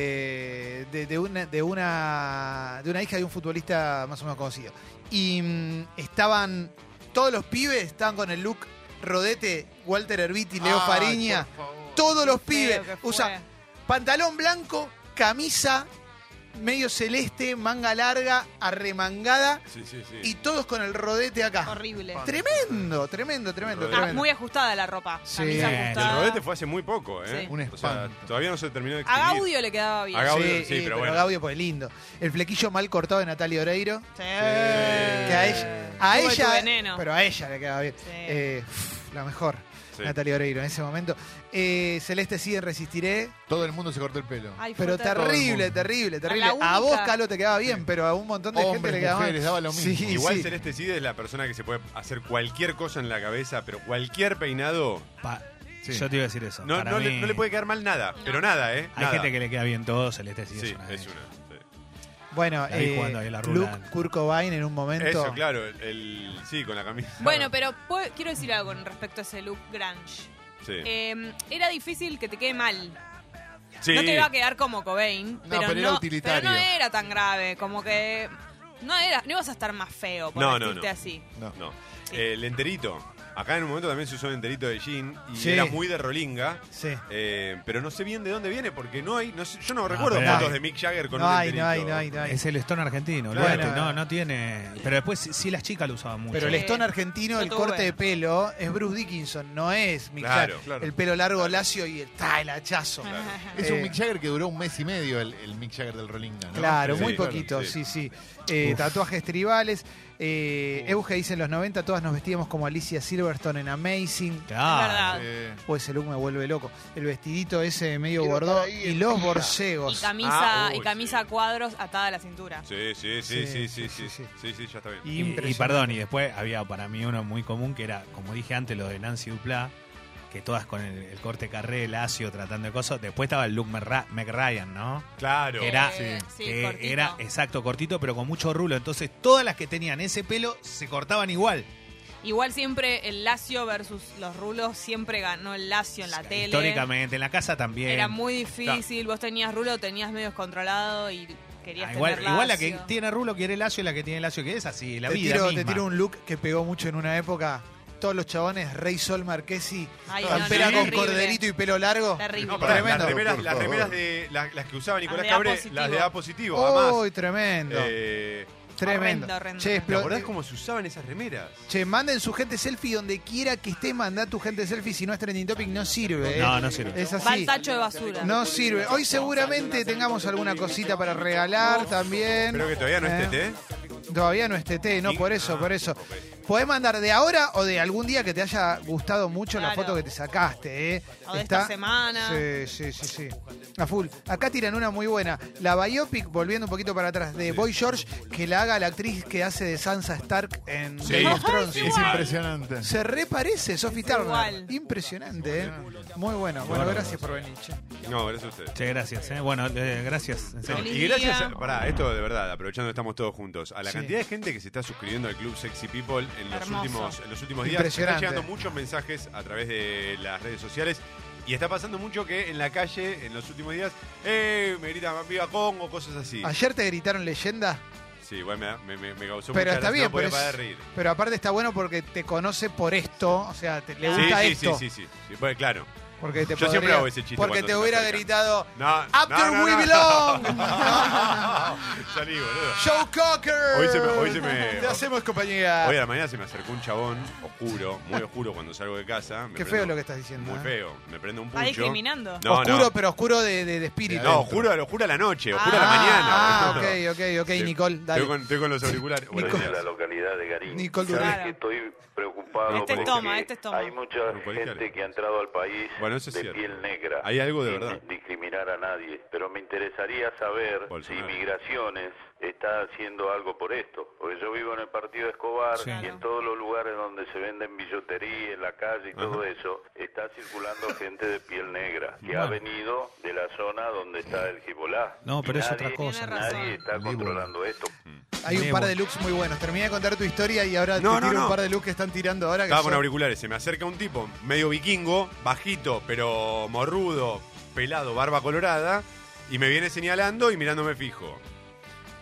de, de, de una, de, una, de una hija de un futbolista más o menos conocido. Y mm, estaban, todos los pibes estaban con el look rodete, Walter Herbiti, Leo
Ay,
Fariña.
por favor.
Todos los
Qué
pibes.
feo que fue.
Usa pantalón blanco, camisa medio celeste, manga larga, arremangada.
Sí, sí, sí.
Y todos con el rodete acá.
Horrible.
Tremendo, tremendo, tremendo.
Ah,
Ah,
Ah, tremendo.
muy ajustada la ropa.
Sí.
Camisa
Del
El
ajustada.
rodete fue hace muy poco, ¿eh?
Sí.
Un
O sea,
espanto.
todavía no se terminó de
A
extinguir.
Gaudio le quedaba bien.
A Gaudio,
sí,
sí, pero
pero
bueno.
Gaudio, pues lindo. El flequillo mal cortado de Natalia Oreiro.
Sí.
Que
Eh.
a ella. A
Tuve tu
ella
veneno.
pero a ella le quedaba bien.
Sí.
Eh, uf, la mejor,
Sí.
Natalia Oreiro, en ese momento. Eh, Celeste sí, en resistiré.
Todo el mundo se cortó el pelo.
Ay, fue
Pero
terrible.
terrible,
mundo.
terrible, terrible.
A la
A, vos,
única.
Calo, te quedaba bien, pero a un montón de
Hombres,
gente le quedaba
mujeres, daba lo mismo.
Sí,
Igual
sí.
Celeste Cid es la persona que se puede hacer cualquier cosa en la cabeza, pero cualquier peinado
Pa-
Sí.
Yo te iba a decir eso.
no,
Para
no le,
mí,
no le puede quedar mal nada,
No.
pero nada, ¿eh?
Hay
Nada.
gente que le queda bien todo, Celeste sí,
Sí,
es una.
es
de-
una. sí.
Bueno, eh,
La vi jugando ahí en la rula.
Luke Kurt Cobain en un momento.
Eso, claro, el, el- sí, con la camisa.
Bueno, pero puedo- quiero decir algo con respecto a ese look grunge.
Sí.
Eh, era difícil que te quede mal.
Sí.
No te iba a quedar como Cobain, pero,
pero era
no,
utilitario.
pero no era tan grave, como que no era, no ibas a estar más feo por
No, no,
vestirte
no.
así.
No.
No. Eh, el enterito. Acá en un momento también se usó el enterito de jean y
Sí.
era muy de rolinga.
Sí.
eh, pero no sé bien de dónde viene porque no hay. no sé- yo no, recuerdo
pero
fotos
hay.
de Mick Jagger con
No
un
hay,
enterito.
no hay, no hay, no hay.
Es el Stone argentino.
Claro.
olvídate,
Bueno.
no, no tiene. Pero después sí, sí las chicas lo usaban mucho.
Pero el
Sí.
Stone argentino,
Yo
el
tuve.
corte de pelo, es Bruce Dickinson, no es Mick
Claro,
Jagger.
claro.
El pelo largo, lacio y el, ta, el hachazo.
Ah.
Claro.
Es un
Eh,
Mick Jagger que duró un mes y medio el, el Mick Jagger del Rolling Gun, ¿no?
Claro,
Sí,
muy
claro,
poquito,
sí.
sí, sí. Eh, tatuajes tribales. Eh, Euge dice, en los 90 todas nos vestíamos como Alicia Silverstone en Amazing.
Es verdad.
Claro.
Eh,
O ese look me vuelve loco. El vestidito ese medio
Quiero
bordó
estar ahí
y
en
los
fila.
Y
borcegos.
Ah,
camisa,
uy,
y camisa
sí.
a cuadros atada a la cintura.
Sí, sí, sí, sí, sí, sí,
Sí,
sí,
sí, sí.
sí, sí, ya está bien.
Y- Y,
Impresionante.
perdón, y después había para mí uno muy común que era, como dije antes, lo de Nancy Duplá, que todas con el, el corte carré, lacio, tratando de cosas. Después estaba el Luke McRa- McRyan, ¿no?
Claro.
Que era,
Sí, sí,
que
cortito.
era exacto, cortito, pero con mucho rulo. Entonces, todas las que tenían ese pelo se cortaban igual.
Igual siempre el lacio versus los rulos, siempre ganó el lacio en la tele.
Históricamente, en la casa también.
Era muy difícil, vos tenías rulo, tenías medio descontrolado y querías
Ah, igual,
tener
igual la que
lacio.
tiene rulo quiere lacio y la que tiene lacio que es así, la
te,
vida
tiro, te
misma.
tiro un look que pegó mucho en una época. Todos los chabones, Rey Sol Marquesi,
Ay, no, no,
campera
no,
con
horrible.
corderito y pelo largo.
Terrible.
No, pará,
Tremendo.
Las remeras,
Por
las
favor.
remeras de la- las que usaba Nicolás
Las de A
Cabré,
positivo.
las de A positivo,
Uy,
además.
tremendo,
Eh,
tremendo.
horrendo, horrendo.
Che,
¿Te
explo-
acordás cómo se usaban esas remeras?
Che, manden su gente selfie donde quiera que esté, mandá tu gente selfie, si no es trending topic no sirve.
No,
eh.
no sirve.
Es
Va al
así.
tacho de basura.
No sirve. Hoy seguramente tengamos alguna cosita para regalar también. Eh.
Creo que todavía no es ¿eh? TT.
Todavía no es TT, no,
Sí. Ah,
por eso, por eso.
ok.
Podés mandar de ahora o de algún día que te haya gustado mucho la
Claro.
foto que te sacaste, ¿eh?
O de esta semana.
Sí, sí, sí, sí. A full. Acá tiran una muy buena. La biopic, volviendo un poquito para atrás, de Boy George, que la haga la actriz que hace de Sansa Stark en
Sí.
Game of Thrones.
Sí,
es impresionante.
Se reparece, Sophie
Igual.
Turner. Impresionante, ¿eh? Muy bueno. Bueno, gracias por venir, che.
No, gracias a ustedes.
Che, gracias. eh. Bueno, eh, gracias. en serio.
No, y
Feliz
gracias, a-
día.
pará, esto de verdad, aprovechando que estamos todos juntos, a la
Sí.
cantidad de gente que se está suscribiendo al Club Sexy People en los,
Hermoso.
últimos, en los últimos días, me están
Impresionante.
llegando muchos mensajes a través de las redes sociales y está pasando mucho que en la calle, en los últimos días, ¡eh! Me gritan viva Congo, cosas así.
Ayer te gritaron leyenda,
Sí, igual me, me- me- me causó
pero
mucha
está
gracia,
bien.
no podía
pero,
parar
es-
de reír.
pero aparte está bueno porque te conoce por esto, o sea, te, le
Sí,
gusta
sí,
esto.
sí, sí, sí, sí. Bueno, claro.
Porque te
Yo siempre
podría-
hago ese chiste
Porque
cuando
te
se me
hubiera
acercan.
gritado
No,
After
no, no,
we
no.
belong.
Salí, boludo.
Joe Cocker.
Hoy se me- hoy se me-
Te hacemos compañía.
Hoy a la mañana se me acercó un chabón oscuro, muy oscuro cuando salgo de casa. Me
Qué
prendo-
feo lo que estás diciendo.
Muy
¿eh?
feo. Me prende un pucho.
Está discriminando.
No,
oscuro,
no.
pero oscuro de, de- de espíritu.
No, oscuro, oscuro a la noche, oscuro a la
Ah,
mañana.
Ah,
boludo.
ok, ok, ok,
Estoy-
Nicole, dale.
Estoy con, estoy con los auriculares. Buenos
Nicole.
días.
localidad de Garín.
Nicole
Sabes
Durán.
que estoy preocupado
Este es
porque
toma, este es toma.
hay mucha
Pero cualquiera.
gente que ha entrado al país
Bueno, eso es
de
cierto.
piel negra.
Hay algo de
sin
verdad.
discriminar a nadie, pero me interesaría saber
Bolsonaro.
si Migraciones está haciendo algo por esto, porque yo vivo en el partido Escobar
Sí.
y en todos los lugares donde se venden billutería, en la calle y todo eso, está circulando gente de piel negra que ha
Bueno.
venido de la zona donde está el Gibolá.
No, pero
Y
es otra
nadie-
cosa.
Tiene razón.
Nadie está
Líbora.
controlando esto.
Hay un
Nemo.
par de looks muy buenos. Terminé de contar tu historia y ahora
No,
te
no,
tiro
no.
un par de looks que están tirando ahora. Que
Estaba con
son-
auriculares. Se me acerca un tipo, medio vikingo, bajito, pero morrudo, pelado, barba colorada, y me viene señalando y mirándome fijo.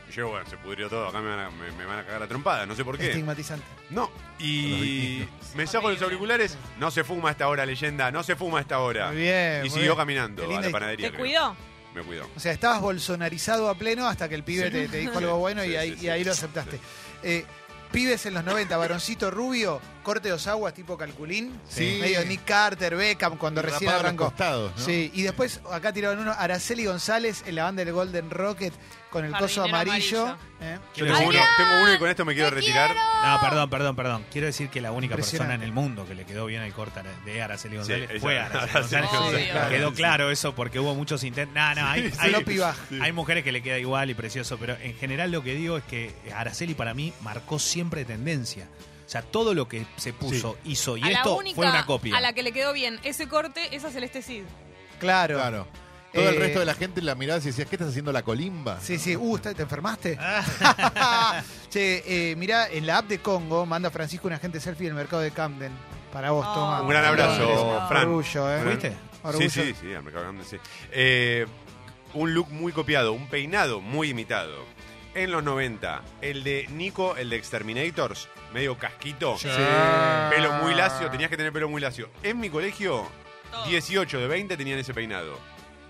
Y yo, bueno, se pudrió todo. Acá me van a, me- me van a cagar la trompada. No sé por qué.
Estigmatizante.
No, y me saco
Horrible.
los auriculares. No se fuma a esta hora, leyenda. No se fuma a esta hora.
Muy bien,
Ah. Y
muy
siguió
bien. Qué
caminando a
linda
la
hist-
panadería.
¿Te
creo.
cuidó?
Me cuidó.
O sea, estabas bolsonarizado a pleno hasta que el pibe te, te dijo algo bueno
Sí,
y, ahí,
sí, sí.
y ahí lo aceptaste. Eh, pibes en los 90, varoncito rubio, corte dos aguas tipo calculín.
Sí.
Medio Nick Carter, Beckham, cuando
Y
recién
rapado a los
arrancó.
costados, ¿no?
Sí, y después acá tiraron uno, Araceli González en la banda del Golden Rocket con el coso
Jardinero
amarillo.
amarillo.
¿eh?
Yo
Quiero
tengo
decir-
uno, tengo uno y con esto me quiero retirar.
No, perdón, perdón, perdón. Quiero decir que la única persona en
Impresionante.
el mundo que le quedó bien el corte de Araceli González
ella-
fue Araceli,
Araceli
González.
González. Obvio.
Quedó claro eso porque hubo muchos intentos. No, no, hay, hay-
Floppy bag.
hay mujeres que le queda igual y precioso, pero en general lo que digo es que Araceli para mí marcó siempre tendencia. O sea, todo lo que se puso, hizo y
a la
esto
única
fue una copia.
a la que le quedó bien ese corte es a Celeste Cid.
Claro.
Claro. Todo el
Eh,
resto de la gente la miraba y decía, ¿qué estás haciendo la colimba?
Sí, sí. Uh, ¿te te enfermaste?
Ah.
che, eh, mirá, en la app de Congo manda Francisco una gente selfie del mercado de Camden. Para vos,
Oh.
toma.
Un gran abrazo,
No.
Fran.
Orgullo, ¿eh?
¿Fuiste?
Orgullo.
Sí, sí, sí, al mercado grande, sí. Eh, un look muy copiado, un peinado muy imitado. En los 90, el de Nico, el de Exterminators, medio casquito, pelo muy lacio, tenías que tener pelo muy lacio. En mi colegio,
Todo.
18 de 20 tenían ese peinado.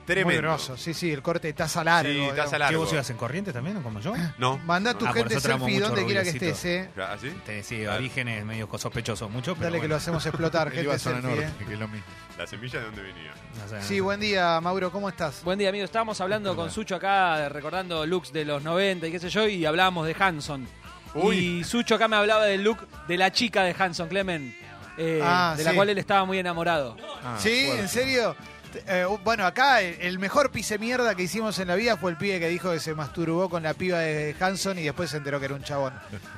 Muy
Tremendo.
grosso, sí, sí, el corte de taza largo.
Sí,
digamos.
taza
¿Qué
largo.
vos ibas en corriente también, como yo?
No.
Mandá tu
Ah, por
gente
eso traemos
selfie
mucho
donde quiera que
rubiecito.
estés, ¿eh?
¿Ah, sí?
Te decía,
Claro.
orígenes medio sospechosos mucho, pero
Dale que lo
bueno,
hacemos explotar,
Él iba
gente
a zona
selfie,
norte,
¿eh.
que es lo mismo.
¿La semilla de dónde venía?
no sé, no
Sí,
sé.
buen día, Mauro, ¿cómo estás?
Buen día, amigo. Estábamos hablando con Sucho acá, recordando looks de los 90 y qué sé yo, y hablábamos de Hanson.
Uy.
Y Sucho acá me hablaba del look de la chica de Hanson Clement, eh,
Ah,
de la
sí.
cual él estaba muy enamorado.
¿Sí? ¿En serio? T- eh, bueno, acá el- el mejor pise mierda que hicimos en la vida fue el pibe que dijo que se masturbó con la piba de Hanson y después se enteró que era un chabón.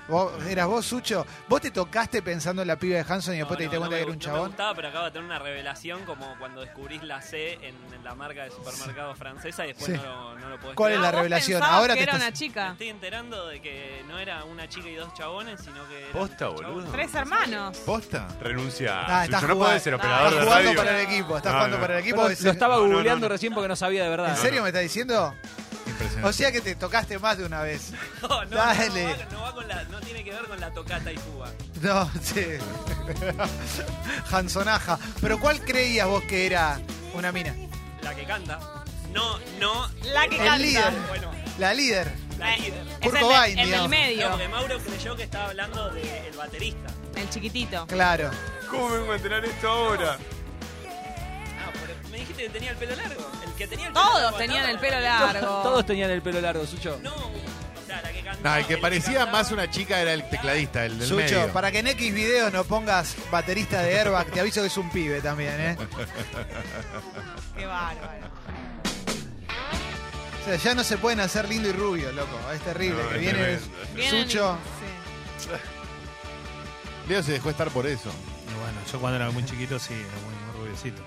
¿Vos, ¿Eras vos, Sucho? ¿Vos te tocaste pensando en la piba de Hanson y después te diste
me,
cuenta que era un
gu- no me
chabón?
gustaba, pero acabo de tener una revelación como cuando descubrís la C en, en la marca de supermercado francesa y después
Sí.
no, lo, no lo podés
¿Cuál es
creer.
la
Ah, vos
revelación?
pensabas
Ahora
que
te
era
estás-
una
Me
chica.
estoy enterando de que no era una chica y dos chabones, sino que. eran
Posta,
chabones.
boludo.
Tres hermanos.
¿Posta?
Renuncia.
Ah,
Sucho,
estás
no
jugando-
podés ser
estás
operador
Estás
de
jugando
radio.
para el equipo, estás
No,
jugando
no.
para el equipo.
Perdón,
es-
lo estaba
No, no, no,
googleando
no.
recién porque no sabía de verdad.
¿En serio me estás diciendo?
Impresionante.
O sea que te tocaste más de una vez.
No, no, no,
Dale.
No, va, no va con la- no tiene que ver con la tocata y fuga.
No, sí. Hansonaja. ¿Pero cuál creías vos que era una mina?
La que canta. No, no.
La que
El
canta. Eh,
líder.
Bueno,
La líder.
la líder.
Es
Kurt
el, de-
Cobain,
el del
digamos.
No,
medio,
porque Mauro creyó que estaba hablando del baterista.
el chiquitito.
Claro.
¿Cómo vengo a enterar esto ahora?
Ah, por- me dijiste que tenía el pelo largo. El que tenía el pelo largo.
Todos
acá
tenían
era
el pelo
baterista.
largo.
Todos tenían el pelo largo, Sucho.
No, o sea, la que cantaba.
No, el que parecía
cantaba.
más una chica era el tecladista, el del
Sucho,
medio.
para que en X video no pongas baterista de airbag, te aviso que es un pibe también, ¿eh?
Qué bárbaro.
O sea, ya no se pueden hacer lindo y rubio, loco. Es terrible.
No,
que
es
viene
tremendo.
Vienen y-
Sucho.
sí.
Leo se dejó estar por eso.
Y bueno, yo cuando era muy chiquito sí, era muy, muy rubiecito.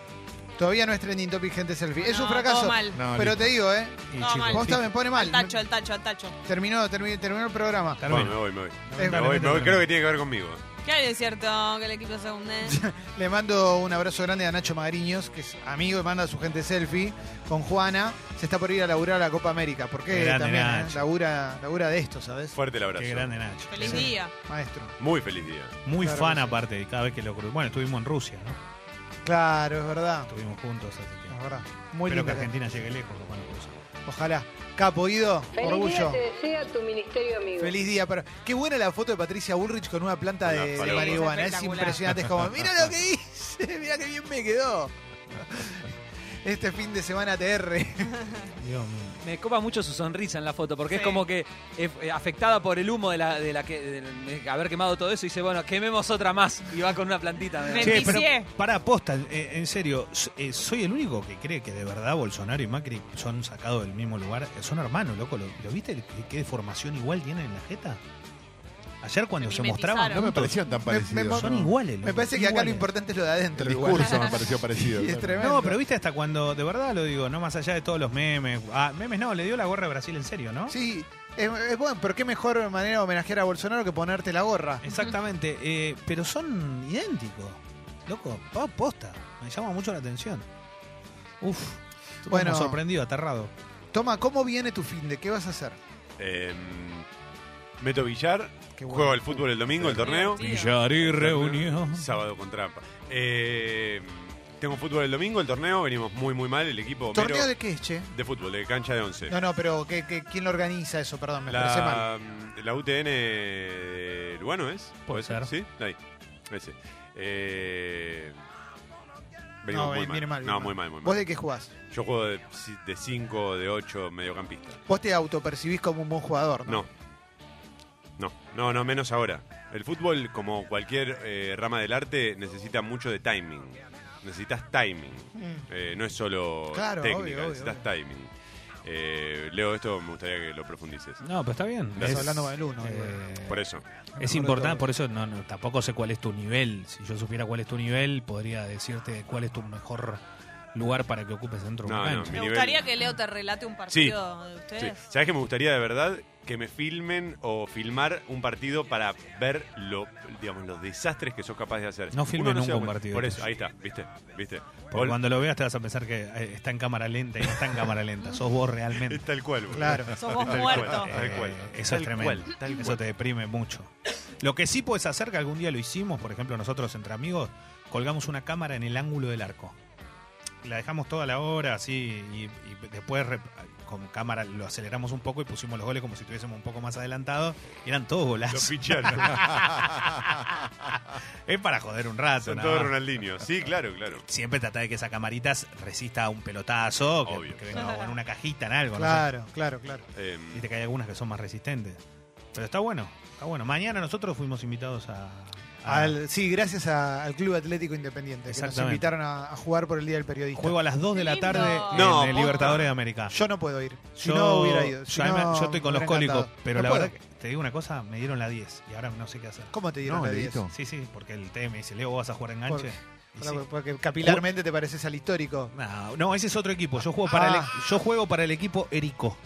Todavía no es trending topic gente selfie. es
No,
un
todo
fracaso.
mal.
No,
pero
listo.
te digo, ¿eh?
Y
No,
chico,
mal.
Posta me pone mal.
Al tacho, al tacho, al tacho.
Terminó, terminó, terminó el programa.
Carmen,
Bueno, me voy, me voy.
Es-
Me voy, me voy. Creo que tiene que ver conmigo.
¿Qué hay de cierto que el equipo se hunde?
Le mando un abrazo grande a Nacho Magariños, que es amigo y manda a su gente selfie con Juana. Se está por ir a laburar a la Copa América, porque
Qué grande,
también eh,
Nacho.
labura, labura de esto, ¿sabes?
Fuerte el abrazo.
Qué grande Nacho.
Feliz
Sí.
día.
Maestro.
Muy feliz día.
Muy
Claro
fan
que sí.
aparte de cada vez que lo cruzo. Bueno, estuvimos en Rusia, ¿no?
Claro, es verdad.
Estuvimos juntos, así que.
Es verdad. Ah, Muy
Espero
lindo.
que Argentina llegue lejos cuando cruce.
Ojalá. Capo, Guido, orgullo.
desea tu ministerio amigo.
Feliz día. Pero qué buena la foto de Patricia Bullrich con una planta
Una
de, de
paloma.
marihuana.
Es
Es
espectacular.
impresionante. Es como, mira lo que hice, mira qué bien me quedó. Este fin de semana TR.
Dios mío.
Me copa mucho su sonrisa en la foto, porque es
Sí.
como que eh, eh, afectada por el humo de, la, de, la que, del- de haber quemado todo eso, dice, bueno, quememos otra más. Y va con una plantita. me da.
Che, pero- Bendicie.
para posta, eh, en serio, s- eh, soy el único que cree que de verdad Bolsonaro y Macri son sacados del mismo lugar. Eh, Son hermanos, loco. ¿Lo, lo viste? ¿Qué, qué deformación igual tienen en la jeta? Ayer cuando
Se
se
mimetizaron.
No
mostraban,
me
juntos,
parecían tan
me-
parecidos.
son
¿no?
iguales.
Me
loco,
parece que acá lo
iguales.
importante es lo de adentro.
El
igual.
discurso me pareció parecido.
Sí, es tremendo.
No, pero viste hasta cuando, de verdad lo digo, no más allá de todos los memes. Ah, memes no, le dio la gorra a Brasil en serio, ¿no?
Sí, es, es bueno, pero qué mejor manera de homenajear a Bolsonaro que ponerte la gorra.
Exactamente, eh, pero son idénticos. Loco, pa- posta. Me llama mucho la atención. Uf. estoy
Bueno.
como sorprendido, aterrado.
Toma, ¿cómo viene tu fin de qué vas a hacer?
Eh, meto billar.
Qué bueno.
Juego al fútbol el domingo, el torneo.
Villar y reunión.
Sábado con trampa. Eh, tengo fútbol el domingo, el torneo. Venimos muy, muy mal. El equipo Homero,
¿Torneo de qué es, che?
de fútbol, de cancha de 11.
No, no, pero ¿qué, qué- quién lo organiza eso? Perdón, me parece mal.
La, la UTN de Lugano es.
Puede ser.
Sí, ahí. Ese. Eh, venimos
No, eh,
muy
viene mal,
No,
viene
muy mal, muy
¿Vos
mal.
de qué jugás?
Yo juego de 5, de 8, mediocampista.
Vos te autopercibís como un buen jugador, ¿no?
No. No, no, no, menos ahora. El fútbol, como cualquier eh, rama del arte, necesita mucho de timing. Necesitas timing.
Mm.
Eh, no es solo
Claro,
técnica,
obvio, obvio,
necesitas timing. Eh, Leo, esto me gustaría que lo profundices.
No, pero está bien.
Estás hablando con el uno,
eh,
Por eso.
es importante, por eso no, no, tampoco sé cuál es tu nivel. Si yo supiera cuál es tu nivel, podría decirte cuál es tu mejor lugar para que ocupes dentro de
No,
una
no,
cancha.
Mi
Me
nivel-
gustaría que Leo te relate un partido de ustedes.
¿Sabes que me gustaría de verdad que me filmen o filmar un partido para ver lo, digamos, los desastres que sos capaz de hacer?
No filmen
Uno se
nunca
da
un
cuenta.
partido
Por
tuyo.
eso, ahí está, ¿viste? ¿Viste?
Porque cuando lo veas te vas a pensar que eh, está en cámara lenta y no está en cámara lenta. Sos vos realmente.
Es tal cual, boludo.
Claro.
Sos vos
Tal cual.
muerto.
Eh, Tal cual.
Eso
Tal
es tremendo.
cual, tal
Eso
cual.
te deprime mucho. Lo que sí puedes hacer, que algún día lo hicimos, por ejemplo, nosotros entre amigos, colgamos una cámara en el ángulo del arco. La dejamos toda la hora así y, y después re- con cámara lo aceleramos un poco y pusimos los goles como si estuviésemos un poco más adelantados. Y eran todos
Los
golazos.
picharon.
es para joder un rato.
Son
nada
todos
más.
Ronaldinho. Sí, claro, claro.
Siempre trata de que esa camarita resista a un pelotazo, que,
Obvio.
que venga en una cajita, en algo. no sé.
Claro, claro, claro.
Em,
Viste que hay algunas que son más resistentes. Pero está bueno, está bueno. Mañana nosotros fuimos invitados a. a-
Al- sí, gracias a- al Club Atlético Independiente, que nos
Ah. Exactamente.
invitaron a, a jugar por el Día del Periodista.
Juego a las 2 de la
Lindo.
tarde
No,
en
posta.
el Libertadores de América.
Yo no puedo ir. Si
Yo-
no hubiera ido. Si
yo, ahí me-
no,
yo estoy con
me
los
hubiera
cólicos,
encantado.
pero
No
la
puedo.
verdad, que, te digo una cosa, me dieron la 10 y ahora no sé qué hacer.
¿Cómo te dieron
No,
la
le
10?
dito.
Sí, sí, porque el TM dice, Leo, vos vas a jugar enganche. Y
Pará,
sí.
Porque capilarmente te pareces al histórico.
No, no, ese es otro equipo. Yo juego para,
Ah.
el, e- yo juego para el equipo Erico.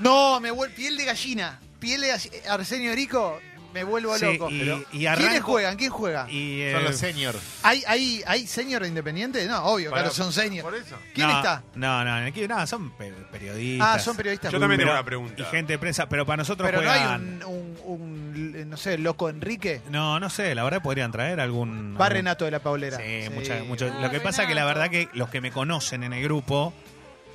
No, me vuelvo. Piel de gallina. Piel de galli- Arsenio Erico, me vuelvo
Sí,
loco.
y-
Pero-
y arranco-
¿Quiénes juegan? ¿Quién juega?
Y, eh,
Son los senior.
¿Hay, hay, ¿Hay senior de independiente? No, obvio, claro, son senior.
Por eso.
¿Quién
no,
está?
No, no, en el equipo, no, son pe- periodistas.
Ah, son periodistas.
Yo también
Pero-
tengo una pregunta.
Y gente de prensa, pero para nosotros
Pero no hay
juegan...
un, un- un, eh, no sé, loco Enrique.
No, no sé, la verdad podrían traer algún...
Va
algún-
Renato de la Paulera.
Sí, mucha- mucho-
Ah,
Lo que pasa es que la
Renato.
verdad que los que me conocen en el grupo...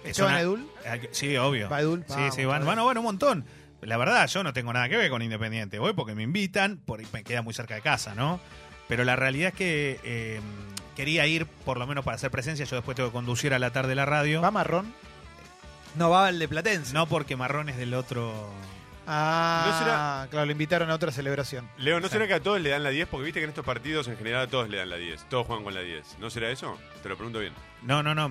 eh,
Esteban
son a-
Edul.
a- Sí, obvio.
Va Edul, Ah,
Sí,
vamos,
sí, van,
Edul.
bueno, bueno, un montón. La verdad, yo no tengo nada que ver con Independiente. Voy porque me invitan, por ahí me queda muy cerca de casa, ¿no? Pero la realidad es que eh, quería ir, por lo menos para hacer presencia. Yo después tengo que conducir a la tarde la radio.
¿Va Marrón? No, va el de Platense.
No porque Marrón es del otro...
Ah,
¿No será-
claro, lo invitaron a otra celebración.
Leo, ¿no será que a todos le dan la 10? Porque viste que en estos partidos en general a todos le dan la 10. Todos juegan con la 10. ¿No será eso? Te lo pregunto bien.
No, no, no.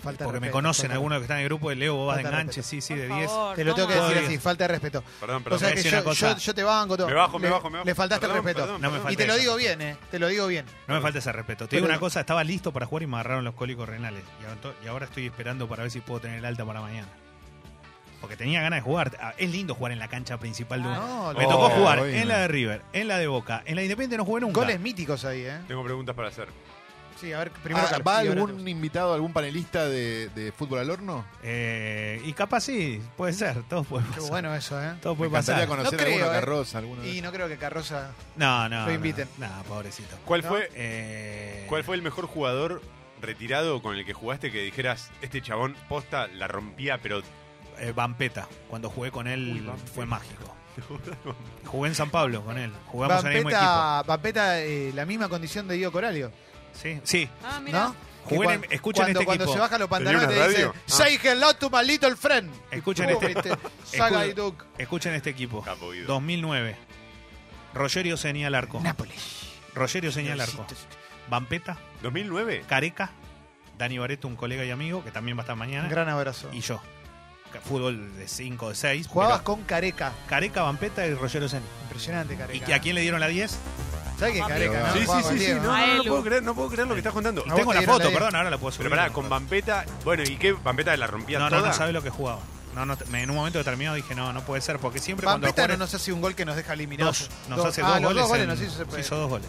Falta de
porque me
respeto,
conocen
falta-
algunos que están en el grupo de Leo, vos vas de
Falta de
enganche,
respeto.
sí, sí,
Por
de 10.
favor,
Te lo tengo que
toma.
decir
Todavía.
así, falta de respeto.
Perdón,
O
perdón.
sea
voy a
que
decir
yo,
una cosa.
yo- yo te banco todo.
Me bajo, me
Le-
bajo, me bajo.
Le faltaste el
Perdón,
respeto.
perdón,
No me
perdón.
falta
y te lo
eso.
digo bien, ¿eh? Te lo digo bien.
No me falta ese respeto. Te digo
Pero-
una cosa, estaba listo para jugar y me agarraron los cólicos renales. Y ahora, to- y ahora estoy esperando para ver si puedo tener el alta para mañana. Porque tenía ganas de jugar. Ah, Es lindo jugar en la cancha principal de
Ah,
uno.
No,
Me
lo-
tocó
Oh,
jugar
bueno.
en la de River, en la de Boca, en la de Independiente no jugué nunca.
Goles míticos ahí, ¿eh?
Tengo preguntas para hacer.
Sí, a ver, primero
Ah,
Carpi,
¿Va
ahora te
algún
gusta.
invitado, algún panelista de, de fútbol al horno?
Eh, y capaz sí, puede ser, todo puede
Qué
pasar.
bueno eso, ¿eh?
Todo
Me
puede
encantaría
pasar.
conocer
No creo,
alguno
eh.
carroza, alguno de
Y
esos.
no creo que Carroza.
No, no.
Lo
no.
inviten.
No, pobrecito.
¿Cuál
¿No?
fue
Eh,
¿Cuál fue el mejor jugador retirado con el que jugaste que dijeras, este chabón posta la rompía, pero
eh, Vampeta. Cuando jugué con él fue mágico. Jugué en San Pablo con él. Jugamos en el mismo equipo.
Vampeta, Vampeta, eh, la misma condición de Diego Coralio,
Sí, sí.
Ah, mira.
¿no?
Jugué
Que
en-
cuan-
escuchen
cuando,
este
cuando
equipo.
se bajan los
¿Tenía
pantalones
una
te dicen,
radio? Ah.
Say hello to my little friend.
Escuchen
Pobre,
este-
te- Saga y Duke.
Escuchen este equipo.
Capo Guido.
2009. Rogerio Seña al arco.
Nápoles.
Rogerio Seña al arco. Vampeta,
2009?
Careca, Dani Bareto, un colega y amigo, que también va a estar mañana.
Un gran abrazo.
Y yo. Que Fútbol de 5, de 6.
Jugabas con Careca.
Careca, Vampeta y Rogerio Seña.
Impresionante, Careca.
¿Y que a quién le dieron la 10?
¿Sabes quién es Careca? no?
Sí, sí,
Jugaba con
sí, sí.
Diego.
No, no,
A
no
Elu.
puedo creer, no puedo creer lo que estás contando.
A vos
Tengo
te
la
dieron
foto,
la
perdón, ahora la puedo subir.
Pero pará,
no,
con Vampeta. Bueno, ¿y qué? ¿Vampeta la rompía
No, no,
toda?
no sabe lo que jugaba. No, no, te- me- en un momento determinado dije, no, no puede ser, porque siempre
Vampeta
cuando
no
los
nos hace un gol que nos deja eliminados.
dos, nos hace
ah,
dos
los
goles.
dos goles
en-
nos hizo ese-
hizo dos goles.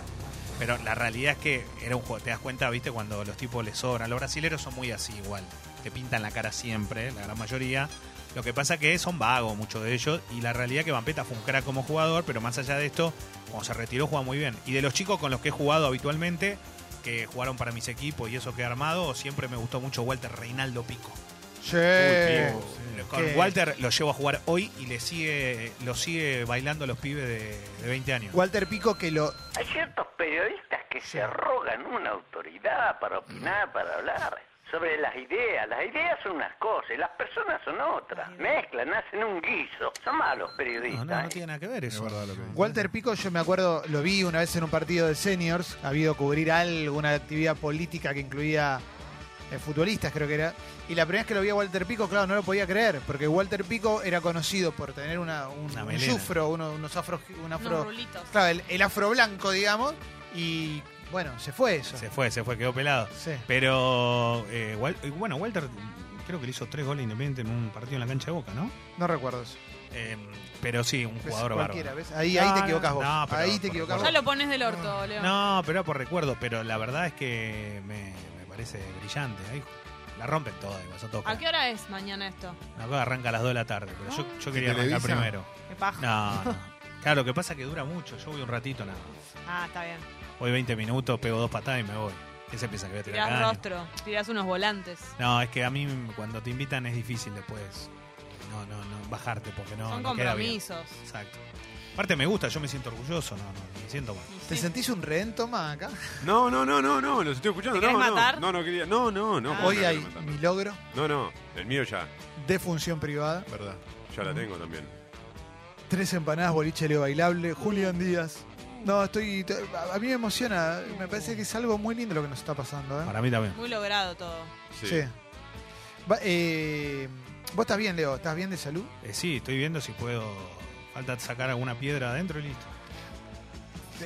Pero la realidad es que era un juego, te das cuenta, viste, cuando los tipos les sobran. Los brasileros son muy así igual. Te pintan la cara siempre, la gran mayoría. Lo que pasa que son vagos muchos de ellos. Y la realidad es que Vampeta fue un crack como jugador, pero más allá de esto, cuando se retiró juega muy bien. Y de los chicos con los que he jugado habitualmente, que jugaron para mis equipos y eso que he armado, siempre me gustó mucho Walter Reinaldo Pico.
Che.
Con
¿Qué?
Walter lo llevo a jugar hoy y le sigue, lo sigue bailando a los pibes de, de 20 años.
Walter Pico que lo
Hay ciertos periodistas que se rogan una autoridad para opinar, para hablar sobre las ideas. Las ideas son unas cosas y las personas son otras. Mezclan, hacen un guiso. Son malos
No,
periodistas.
no, no
¿eh?
tiene nada que ver
Es
eso.
verdad lo que dice.
Walter Pico, yo me acuerdo, lo vi una vez en un partido de seniors, ha habido cubrir alguna actividad política que incluía eh, futbolistas, creo que era. Y la primera vez que lo vi a Walter Pico, claro, no lo podía creer, porque Walter Pico era conocido por tener una, un,
Una
un
melena.
sufro, uno- unos afros, un
Unos
afro,
rulitos.
claro, el, el afro blanco, digamos, y bueno, se fue eso.
Se fue, se fue, quedó pelado.
Sí.
Pero eh, Wal- eh, bueno, Walter creo que le hizo tres goles independiente en un partido en la cancha de Boca, ¿no?
No recuerdo eso.
Eh,
Em,
pero sí, un
Ves,
jugador
cualquiera,
bárbaro.
¿ves? Ahí,
No,
ahí te
no,
equivocás vos.
no, pero
ahí te
por
equivocás
recuerdo.
Ya
vos.
lo pones del orto, Leo.
No, pero era por recuerdo, pero la verdad es que me, me parece brillante. Ahí la rompen todas, igual, son todos
¿A
cracks.
qué hora es mañana esto?
Acá arranca a las 2 de la tarde, pero yo, yo quería
¿En
arrancar
Televisa?
primero.
Qué paja.
No, no. Claro, lo que pasa es que dura mucho. Yo voy un ratito nada. más.
Ah, está bien. Tirás
Voy 20 minutos, pego dos patadas y me voy. ¿Qué se piensa que voy a tirar caño?
rostro, tirás unos volantes.
No, es que a mí cuando te invitan es difícil después. No, no, no, bajarte porque no.
Son
no queda bien.
compromisos.
Exacto. Aparte me gusta, yo me siento orgulloso, no, no, me siento mal.
Y
¿Te
sí.
sentís un rehén toma acá?
No, no, no, no, no, los estoy escuchando.
¿Te
No,
querés
no,
matar?
no, no quería. No, no, no.
Ah.
¿cómo
Hoy
me
hay
voy a matar?
mi logro
No, no, el mío ya,
de función privada.
Verdad.
ya la tengo también.
Tres empanadas boliche Leo Bailable, Julián Díaz. No, estoy. t- A a mí me emociona. Me parece que es algo muy lindo lo que nos está pasando.
Ah.
¿eh?
Para mí también.
Muy logrado todo.
Sí.
Va- eh, ¿Vos estás bien, Leo? ¿Estás bien de salud?
Eh, sí, estoy viendo si puedo. Falta sacar alguna piedra adentro y listo.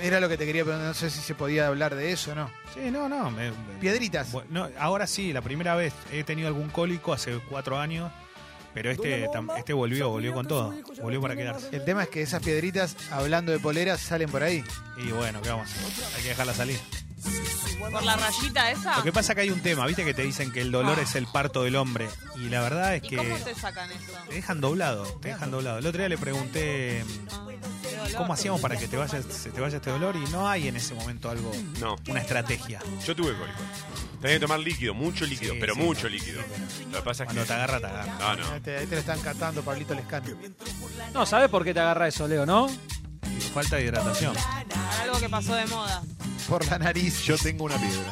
Era lo que te quería, pero no sé si se podía hablar de eso o no.
Sí, no, no. me- me-
Piedritas.
Bu- no, ahora sí, la primera vez he tenido algún cólico hace cuatro años, pero este, tam- este volvió, volvió con todo. Volvió para quedarse.
El tema es que esas piedritas, hablando de poleras, salen por ahí.
Y bueno, ¿qué vamos a hacer? Hay que dejarla salir.
Por la rayita esa.
Lo que pasa que hay un tema, viste que te dicen que el dolor
Ah.
es el parto del hombre. Y la verdad es
¿Y
que ¿Eh?
cómo te sacan eso?
te dejan doblado, te dejan doblado. El otro día le pregunté
Ah, Qué dolor.
cómo hacíamos para que te vaya, se te vaya este dolor y no hay en ese momento algo,
No.
una estrategia.
Yo tuve cólico. Tenía que tomar líquido, mucho líquido,
Sí,
pero
sí,
mucho
no.
líquido. Lo que pasa es que.
Cuando te agarra, te agarra.
No,
Ahí
no.
te, ahí te lo están catando, Pablito Lescano.
No, ¿sabes por qué te agarra eso, Leo, no?
Y Falta de hidratación.
Algo que pasó de moda.
Por la nariz.
Yo tengo una piedra.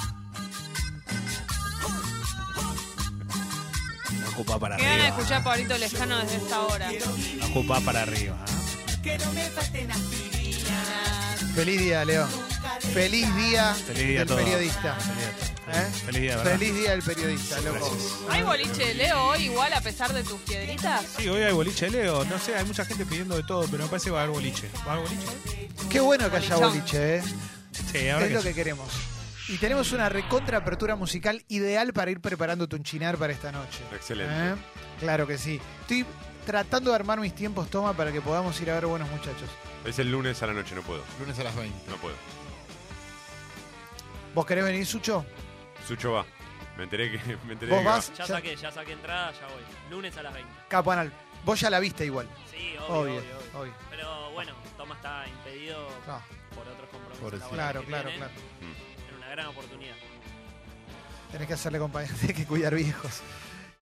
La copa para
Qué ganas de
arriba.
escuchar a Pablito Lescano desde esta hora.
La copa para arriba. ¿eh?
Feliz día, Leo. Feliz día,
Feliz día a
del
todos.
periodista. ¿Eh?
Feliz día, ¿verdad?
Feliz día del periodista, loco.
¿Hay boliche de Leo hoy igual a pesar de tus piedritas?
Sí, hoy hay boliche, Leo. No sé, hay mucha gente pidiendo de todo, pero me parece que va a haber boliche. ¿Va a haber boliche?
Qué bueno que haya
Bolichón.
boliche, ¿eh?
Sí, ahora
Es lo
que-
que queremos. Y tenemos una recontra apertura musical ideal para ir preparando tu chinar para esta noche.
Excelente.
¿Eh? Claro que sí. Estoy tratando de armar mis tiempos, toma, para que podamos ir a ver buenos muchachos.
Es el lunes a la noche, no puedo.
Lunes a las 20.
No puedo.
¿Vos querés venir, Sucho?
Sucho va. Me enteré que. Me enteré
¿Vos
que va.
vas?
Ya
Ya-
saqué, ya saqué entrada, ya voy. Lunes a las 20.
Capanal. Vos ya la viste igual.
Sí,
Obvio,
obvio, obvio. obvio.
obvio.
Pero bueno, Toma está impedido
No,
por otros compromisos.
Por el-
laborales
claro,
que
claro,
tiene.
claro.
Era una gran oportunidad.
Tenés que hacerle compañía, tenés que cuidar viejos.